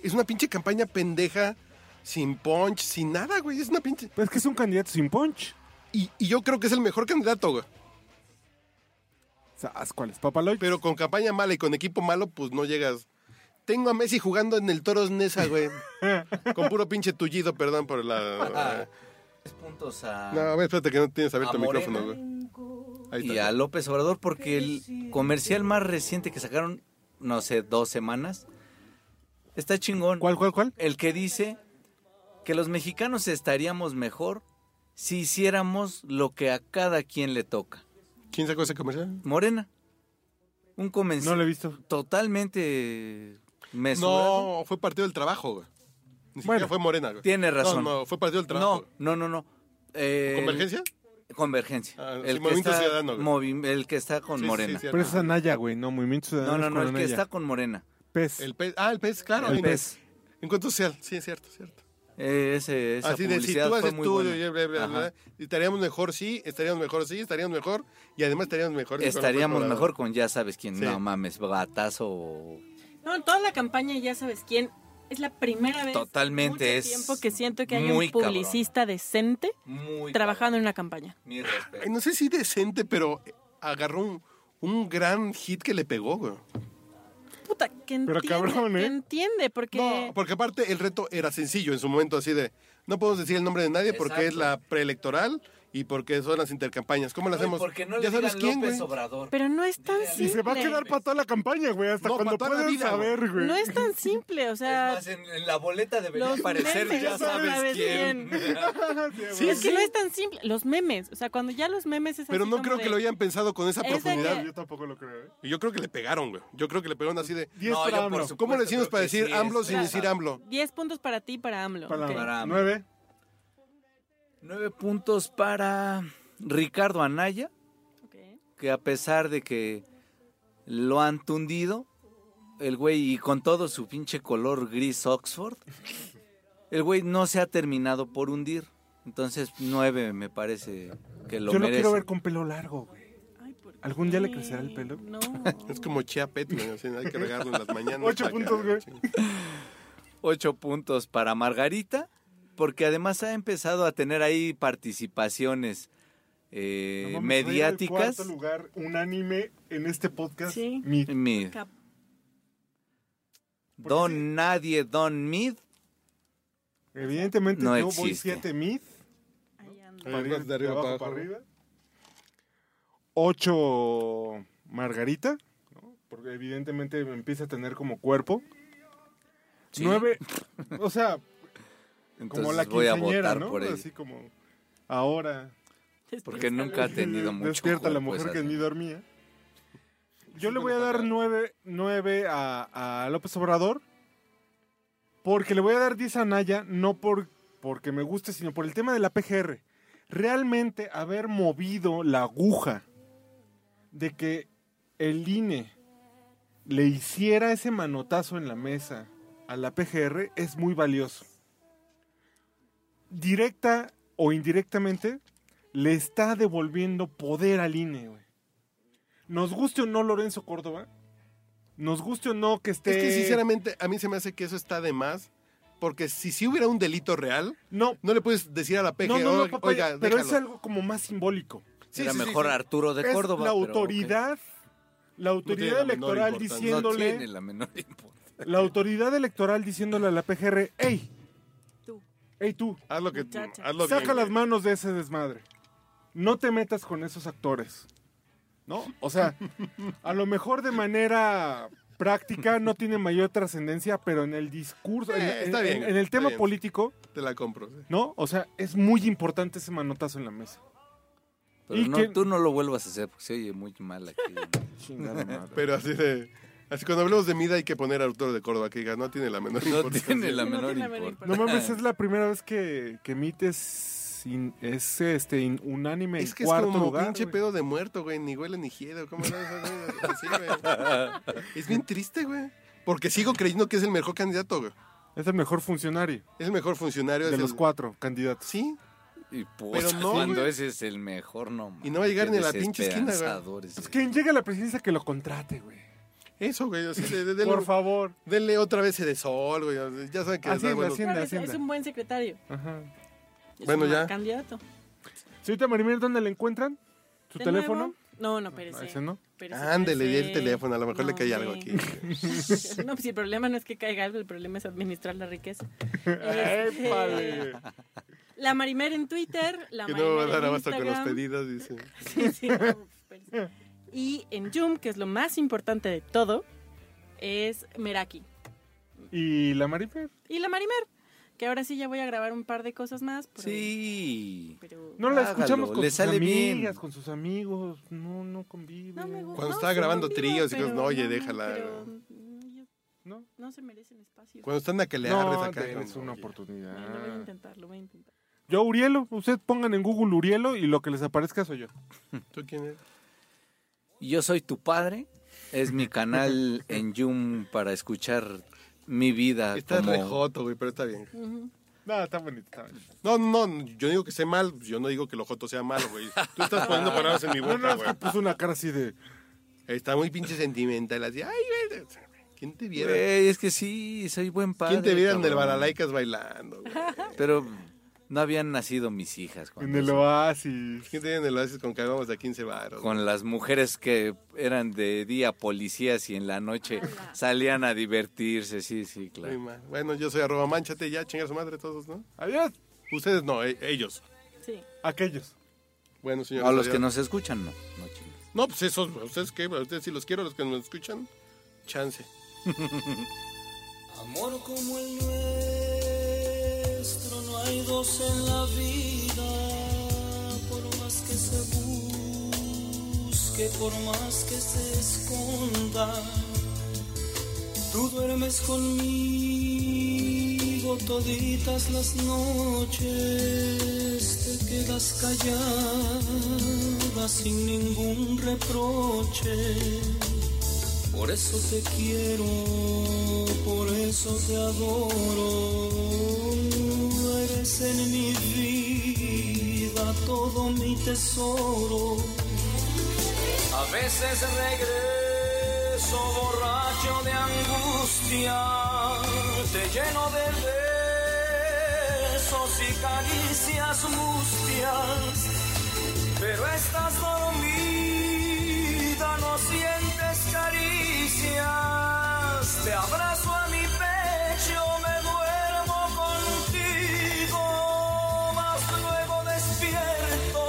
B: Es una pinche campaña pendeja, sin punch, sin nada, güey. Es una pinche.
A: Pues es que es un candidato sin punch.
B: Y, y yo creo que es el mejor candidato, güey.
A: ¿Sabes cuál es? Papaloy.
B: Pero con campaña mala y con equipo malo, pues no llegas. Tengo a Messi jugando en el Toros Nesa, güey. con puro pinche tullido, perdón por
D: (laughs)
B: la.
D: Ah, Tres puntos a,
B: Ah. No, a ver, espérate que no tienes abierto
D: A
B: el
D: Morena.
B: micrófono, güey. Ahí
D: y
B: está.
D: a López Obrador porque el comercial más reciente que sacaron, no sé, dos semanas, está chingón.
A: ¿Cuál, cuál, cuál?
D: El que dice que los mexicanos estaríamos mejor si hiciéramos lo que a cada quien le toca.
B: ¿Quién sacó ese comercial?
D: Morena. Un comercial
A: No lo he visto.
D: totalmente mesurado.
B: No, fue partido del trabajo, güey. Ni siquiera
A: Bueno.
B: fue Morena, güey.
D: Tiene razón.
B: No, no, fue partido del trabajo.
D: No, no, no, no. Eh,
B: ¿Convergencia?
D: Convergencia.
B: Ah, sí,
D: el, que
B: Movimiento
D: está,
B: Ciudadano, güey.
D: movi- el que está con
B: Sí, sí,
D: Morena.
B: sí, cierto.
A: Pero es Anaya, güey. No, Movimiento
D: no,
A: Ciudadano.
D: no, no,
A: es
D: el
A: con
D: que
A: Anaya.
D: está con Morena.
A: Pez.
B: El pez. Ah, el pez, claro.
D: El
B: en-
D: pez.
B: Encuentro social, sí, es cierto, es cierto.
D: Eh, ese, esa
B: Así de, si
D: publicidad
B: tú
D: fue
B: haces
D: muy
B: tú,
D: buena.
B: y bla, bla, bla,
D: Ajá.
B: y estaríamos mejor, sí, estaríamos mejor, sí, estaríamos mejor, y además estaríamos mejor. si fuera
D: Estaríamos
B: López
D: mejor con ya sabes quién.
B: Sí.
D: No mames, batazo.
C: No, toda la campaña, ya sabes quién. Es la primera vez.
D: Totalmente
C: mucho
D: es
C: tiempo que siento que hay un
D: muy cabrón.
C: publicista decente
D: Muy
C: trabajando en una campaña.
D: Mi
B: Obrador. Ay,
D: respeto.
B: No sé si decente, pero agarró un, un gran hit que le pegó, güey.
C: Puta, que entiende.
A: Pero cabrón, ¿eh?
C: Que entiende, porque.
B: No, porque aparte el reto era sencillo en su momento, así de, no podemos decir el nombre de nadie porque
D: Exacto.
B: es la preelectoral y porque son las intercampañas. ¿Cómo lo hacemos?
D: Porque no le
B: ya sabes
D: digan
B: quién,
D: López
B: güey.
D: Obrador.
C: Pero no es tan simple.
A: Y se va a quedar para toda la campaña, güey. Hasta
B: No,
A: cuando
B: para toda la
A: puedan
B: vida,
A: saber, güey. (laughs)
C: No es tan simple, o sea.
D: Es más, en, en la boleta debería
C: Los
D: aparecer
C: memes,
D: ya
C: ya sabes
D: sabes quién. (laughs)
B: Sí,
C: es que
B: sí.
C: no es tan simple. Los memes, o sea, cuando ya los memes es
B: Pero
C: así
B: no
C: como
B: creo
C: de-
B: que lo hayan pensado con esa
C: Es de
B: profundidad.
C: (laughs) que-
A: Yo tampoco lo creo, ¿eh?
B: Y Yo creo que le pegaron, güey. Yo creo que le pegaron así de...
A: Diez
D: No,
A: para
D: yo por
A: AMLO.
D: supuesto.
B: ¿Cómo le decimos
D: creo
B: para
D: que sí
B: decir
D: es
B: AMLO sin
D: verdad.
B: decir AMLO?
C: 10 puntos para ti y para AMLO.
A: Para
C: ok.
D: Para AMLO.
A: Nueve.
D: Nueve puntos para Ricardo Anaya,
C: Ok.
D: que a pesar de que lo han tundido, el güey, y con todo su pinche color gris Oxford, el güey no se ha terminado por hundir. Entonces, nueve me parece que lo
A: Yo lo
D: merece.
A: quiero ver con pelo largo, güey.
C: Ay, ¿por
A: ¿Algún día le
C: qué?
A: crecerá el pelo? (laughs)
C: No.
B: Es como Chia Pet, güey, así, hay que regarlo en las mañanas.
A: Ocho
B: para que-
A: puntos, güey.
D: Ocho puntos para Margarita, porque además ha empezado a tener ahí participaciones eh,
A: No mames, voy a ir al
D: mediáticas.
A: cuarto lugar unánime en este podcast.
C: Sí.
A: Mi-
D: Mi-
C: Cap-
D: don Nadie, Don Mid.
A: Evidentemente
D: No
A: yo voy
D: existe. Eh,
A: 7 mid.
C: ahí anda.
B: Ahí vas de arriba para abajo.
A: 8 Margarita, ¿no? porque evidentemente empieza a tener como cuerpo.
D: Sí. (laughs)
A: 9, o sea,
D: Entonces
A: como la
D: voy a
A: quinceañera,
D: votar
A: ¿no?
D: por él.
A: Así como ahora
D: Porque nunca ha tenido mucho pues,
A: Despierta la
D: cuerpo
A: mujer
D: esa
A: que ni
D: señora.
A: dormía. Yo le voy a dar 9, a, a López Obrador. Porque le voy a dar 10 a Naya, no por, porque me guste, sino por el tema de la PGR. Realmente haber movido la aguja de que el INE le hiciera ese manotazo en la mesa a la PGR es muy valioso. Directa o indirectamente, le está devolviendo poder al INE, güey. Nos guste o no Lorenzo Córdoba, nos guste o no que esté...
B: Es que sinceramente a mí se me hace que eso está de más, porque si sí hubiera un delito real,
A: No,
B: no le puedes decir a la PG,
A: no, no, no, papá,
B: oiga,
A: pero es
B: déjalo".
A: algo como más simbólico.
B: Sí,
D: Era
B: sí, sí,
D: mejor
B: sí.
D: Arturo de
A: Es
D: Córdoba.
A: la
D: pero, ok.
A: autoridad, la autoridad
B: la menor
A: electoral
B: importancia.
D: No
A: diciéndole...
D: tiene la menor
B: (laughs)
D: importancia.
A: La autoridad electoral diciéndole a la PGR, hey,
C: Tú.
A: hey tú,
B: Haz lo que...
C: Muchacha.
B: Hazlo
A: saca
B: bien,
A: las
B: güey.
A: manos de ese desmadre. No te metas con esos actores. ¿No? O sea, a lo mejor de manera práctica no tiene mayor trascendencia, pero en el discurso, en,
B: Eh,
A: en-
B: está bien,
A: en- en el
B: está
A: tema
B: bien.
A: político,
B: Te la compro. sí.
A: ¿no? O sea, es muy importante ese manotazo en la mesa.
D: Pero
A: Y
D: no,
A: que-
D: tú no lo vuelvas a hacer porque se oye muy
B: (laughs)
D: mal aquí.
A: Chingada madre.
B: Pero así de... Así cuando hablemos de Mida hay que poner a Arturo de Córdoba, que diga, no tiene la menor
D: No
B: importancia.
D: tiene la
C: No
D: menor
B: (laughs)
C: tiene la menor
D: importancia.
A: No mames, es la primera vez que, que emites es, in- es este, in- unánime
B: Es
A: en
B: que es
A: cuarto
B: como
A: lugar.
B: pinche
A: güey.
B: pedo de muerto, güey. Ni huele ni giedo. ¿Cómo era eso, güey? Así, güey. Es bien triste, güey. Porque sigo creyendo que es el mejor candidato, güey.
A: Es el mejor funcionario
B: Es el mejor funcionario.
A: de
B: es
A: los
B: el-
A: cuatro candidatos.
B: Sí.
D: Y pues,
B: Pero no,
D: cuando
B: güey.
D: ese es el mejor, no
B: Y no va a llegar ni a la pinche esquina, güey.
A: Pues quien llegue a la presidencia que lo contrate, güey.
B: Eso, güey. Así,
A: (laughs)
B: de, de- denle,
A: Por favor.
B: denle otra vez de sol, güey. Ya saben que les
A: Así
B: da
A: es,
B: buenos-
A: así Hacienda,
C: Claro, es,
A: Hacienda.
C: es un buen secretario.
A: Ajá.
C: Es
B: Bueno,
C: un
B: ya.
C: Candidato.
A: Señorita Marimel, ¿dónde la encuentran? ¿Su
C: ¿De
A: teléfono?
C: nuevo? No, no,
A: Ah,
C: perece.
A: ese no.
C: Pérez,
B: Ándele, di
C: pérez.
B: el teléfono. A lo mejor le
C: No,
B: cae algo
C: sí.
B: aquí.
C: (laughs) No, pues el problema no es que caiga algo, el problema es administrar la (laughs) riqueza. Este,
A: (laughs) ¡Épale!
C: la Marimer en Twitter, la
B: Que no va a
C: Marimer
B: dar
C: en
B: abasto con los
C: Instagram.
B: pedidos, dice.
C: (laughs) Sí, sí, no, espérense. y en Zoom, que es lo más importante de todo, es Meraki.
A: ¿Y la Marimel?
C: Y la Marimer, que ahora sí ya voy a grabar un par de cosas más. pero-
D: (laughs) Sí.
C: pero-
A: No la
D: Hágalo,
A: escuchamos con
D: le
A: sus
D: sale bien.
A: amigas, con sus amigos. No, no convive.
C: No me gusta.
B: Cuando
C: no,
B: estaba
C: sí,
B: grabando
C: convivo,
B: tríos y
C: pero
B: cosas, no, oye,
C: no,
B: déjala,
C: pero
B: güey.
C: no, yo-
A: ¿No?
C: no se merecen espacio.
B: Cuando están a que le
A: No,
B: acá.
A: es
B: ¿no?
A: una
B: Oye.
A: oportunidad.
C: Bueno, lo voy a intentar, lo voy a intentar.
A: Yo, Urielo, usted pongan en Google Urielo y lo que les aparezca soy yo.
B: ¿Tú quién eres?
D: Y Yo soy tu padre. Es mi
B: (laughs)
D: canal en Yum para escuchar mi vida.
B: Está
D: como-
B: rejoto, güey, pero está bien.
A: No, está bonito, está bonito.
B: No, no, no, yo no digo que sea mal, pues, yo no digo que lo joto sea malo, güey. Tú estás poniendo palabras en mi
A: Ah. No, no,
B: boca,
A: es que
B: güey.
A: puso una cara así de...
B: Está muy pinche sentimental, así, ay, güey. ¿Quién te viera?
D: Güey, es que sí, soy buen padre.
B: ¿Quién te viera en el
D: cabrón.
B: Baralaicas bailando, güey?
D: Pero no habían nacido mis hijas. cuando
A: En el
D: eso-
A: oasis.
B: ¿Quién te viera en el Oasis con que hagamos de 15 baros?
D: Con las mujeres que eran de día policías y en la noche salían a divertirse. Sí, sí,
B: Muy
D: claro.
B: mal. Bueno, yo soy arroba manchate, ya, chingar su madre todos, ¿no?
A: Adiós.
B: Ustedes no, eh, ellos.
C: Sí.
A: Aquellos.
B: Bueno, señores.
D: A los
B: adiós.
D: que nos escuchan, no. No, chingas.
B: No, pues esos, ¿ustedes qué? Ustedes si los quiero, los que nos escuchan, chance.
E: Amor como el nuestro no hay dos en la vida, por más que se busque, por más que se esconda. Tú duermes conmigo toditas las noches, te quedas callada sin ningún reproche. Por eso te quiero, por eso te adoro. Eres en mi vida todo mi tesoro. A veces regreso borracho de angustia, te lleno de besos y caricias mustias pero estás dormida, no sientes caricias. Te abrazo a mi pecho, me duermo contigo, más luego despierto.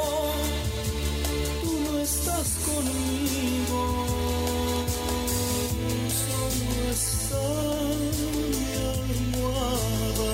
E: Tú no estás conmigo, solo está mi almohada.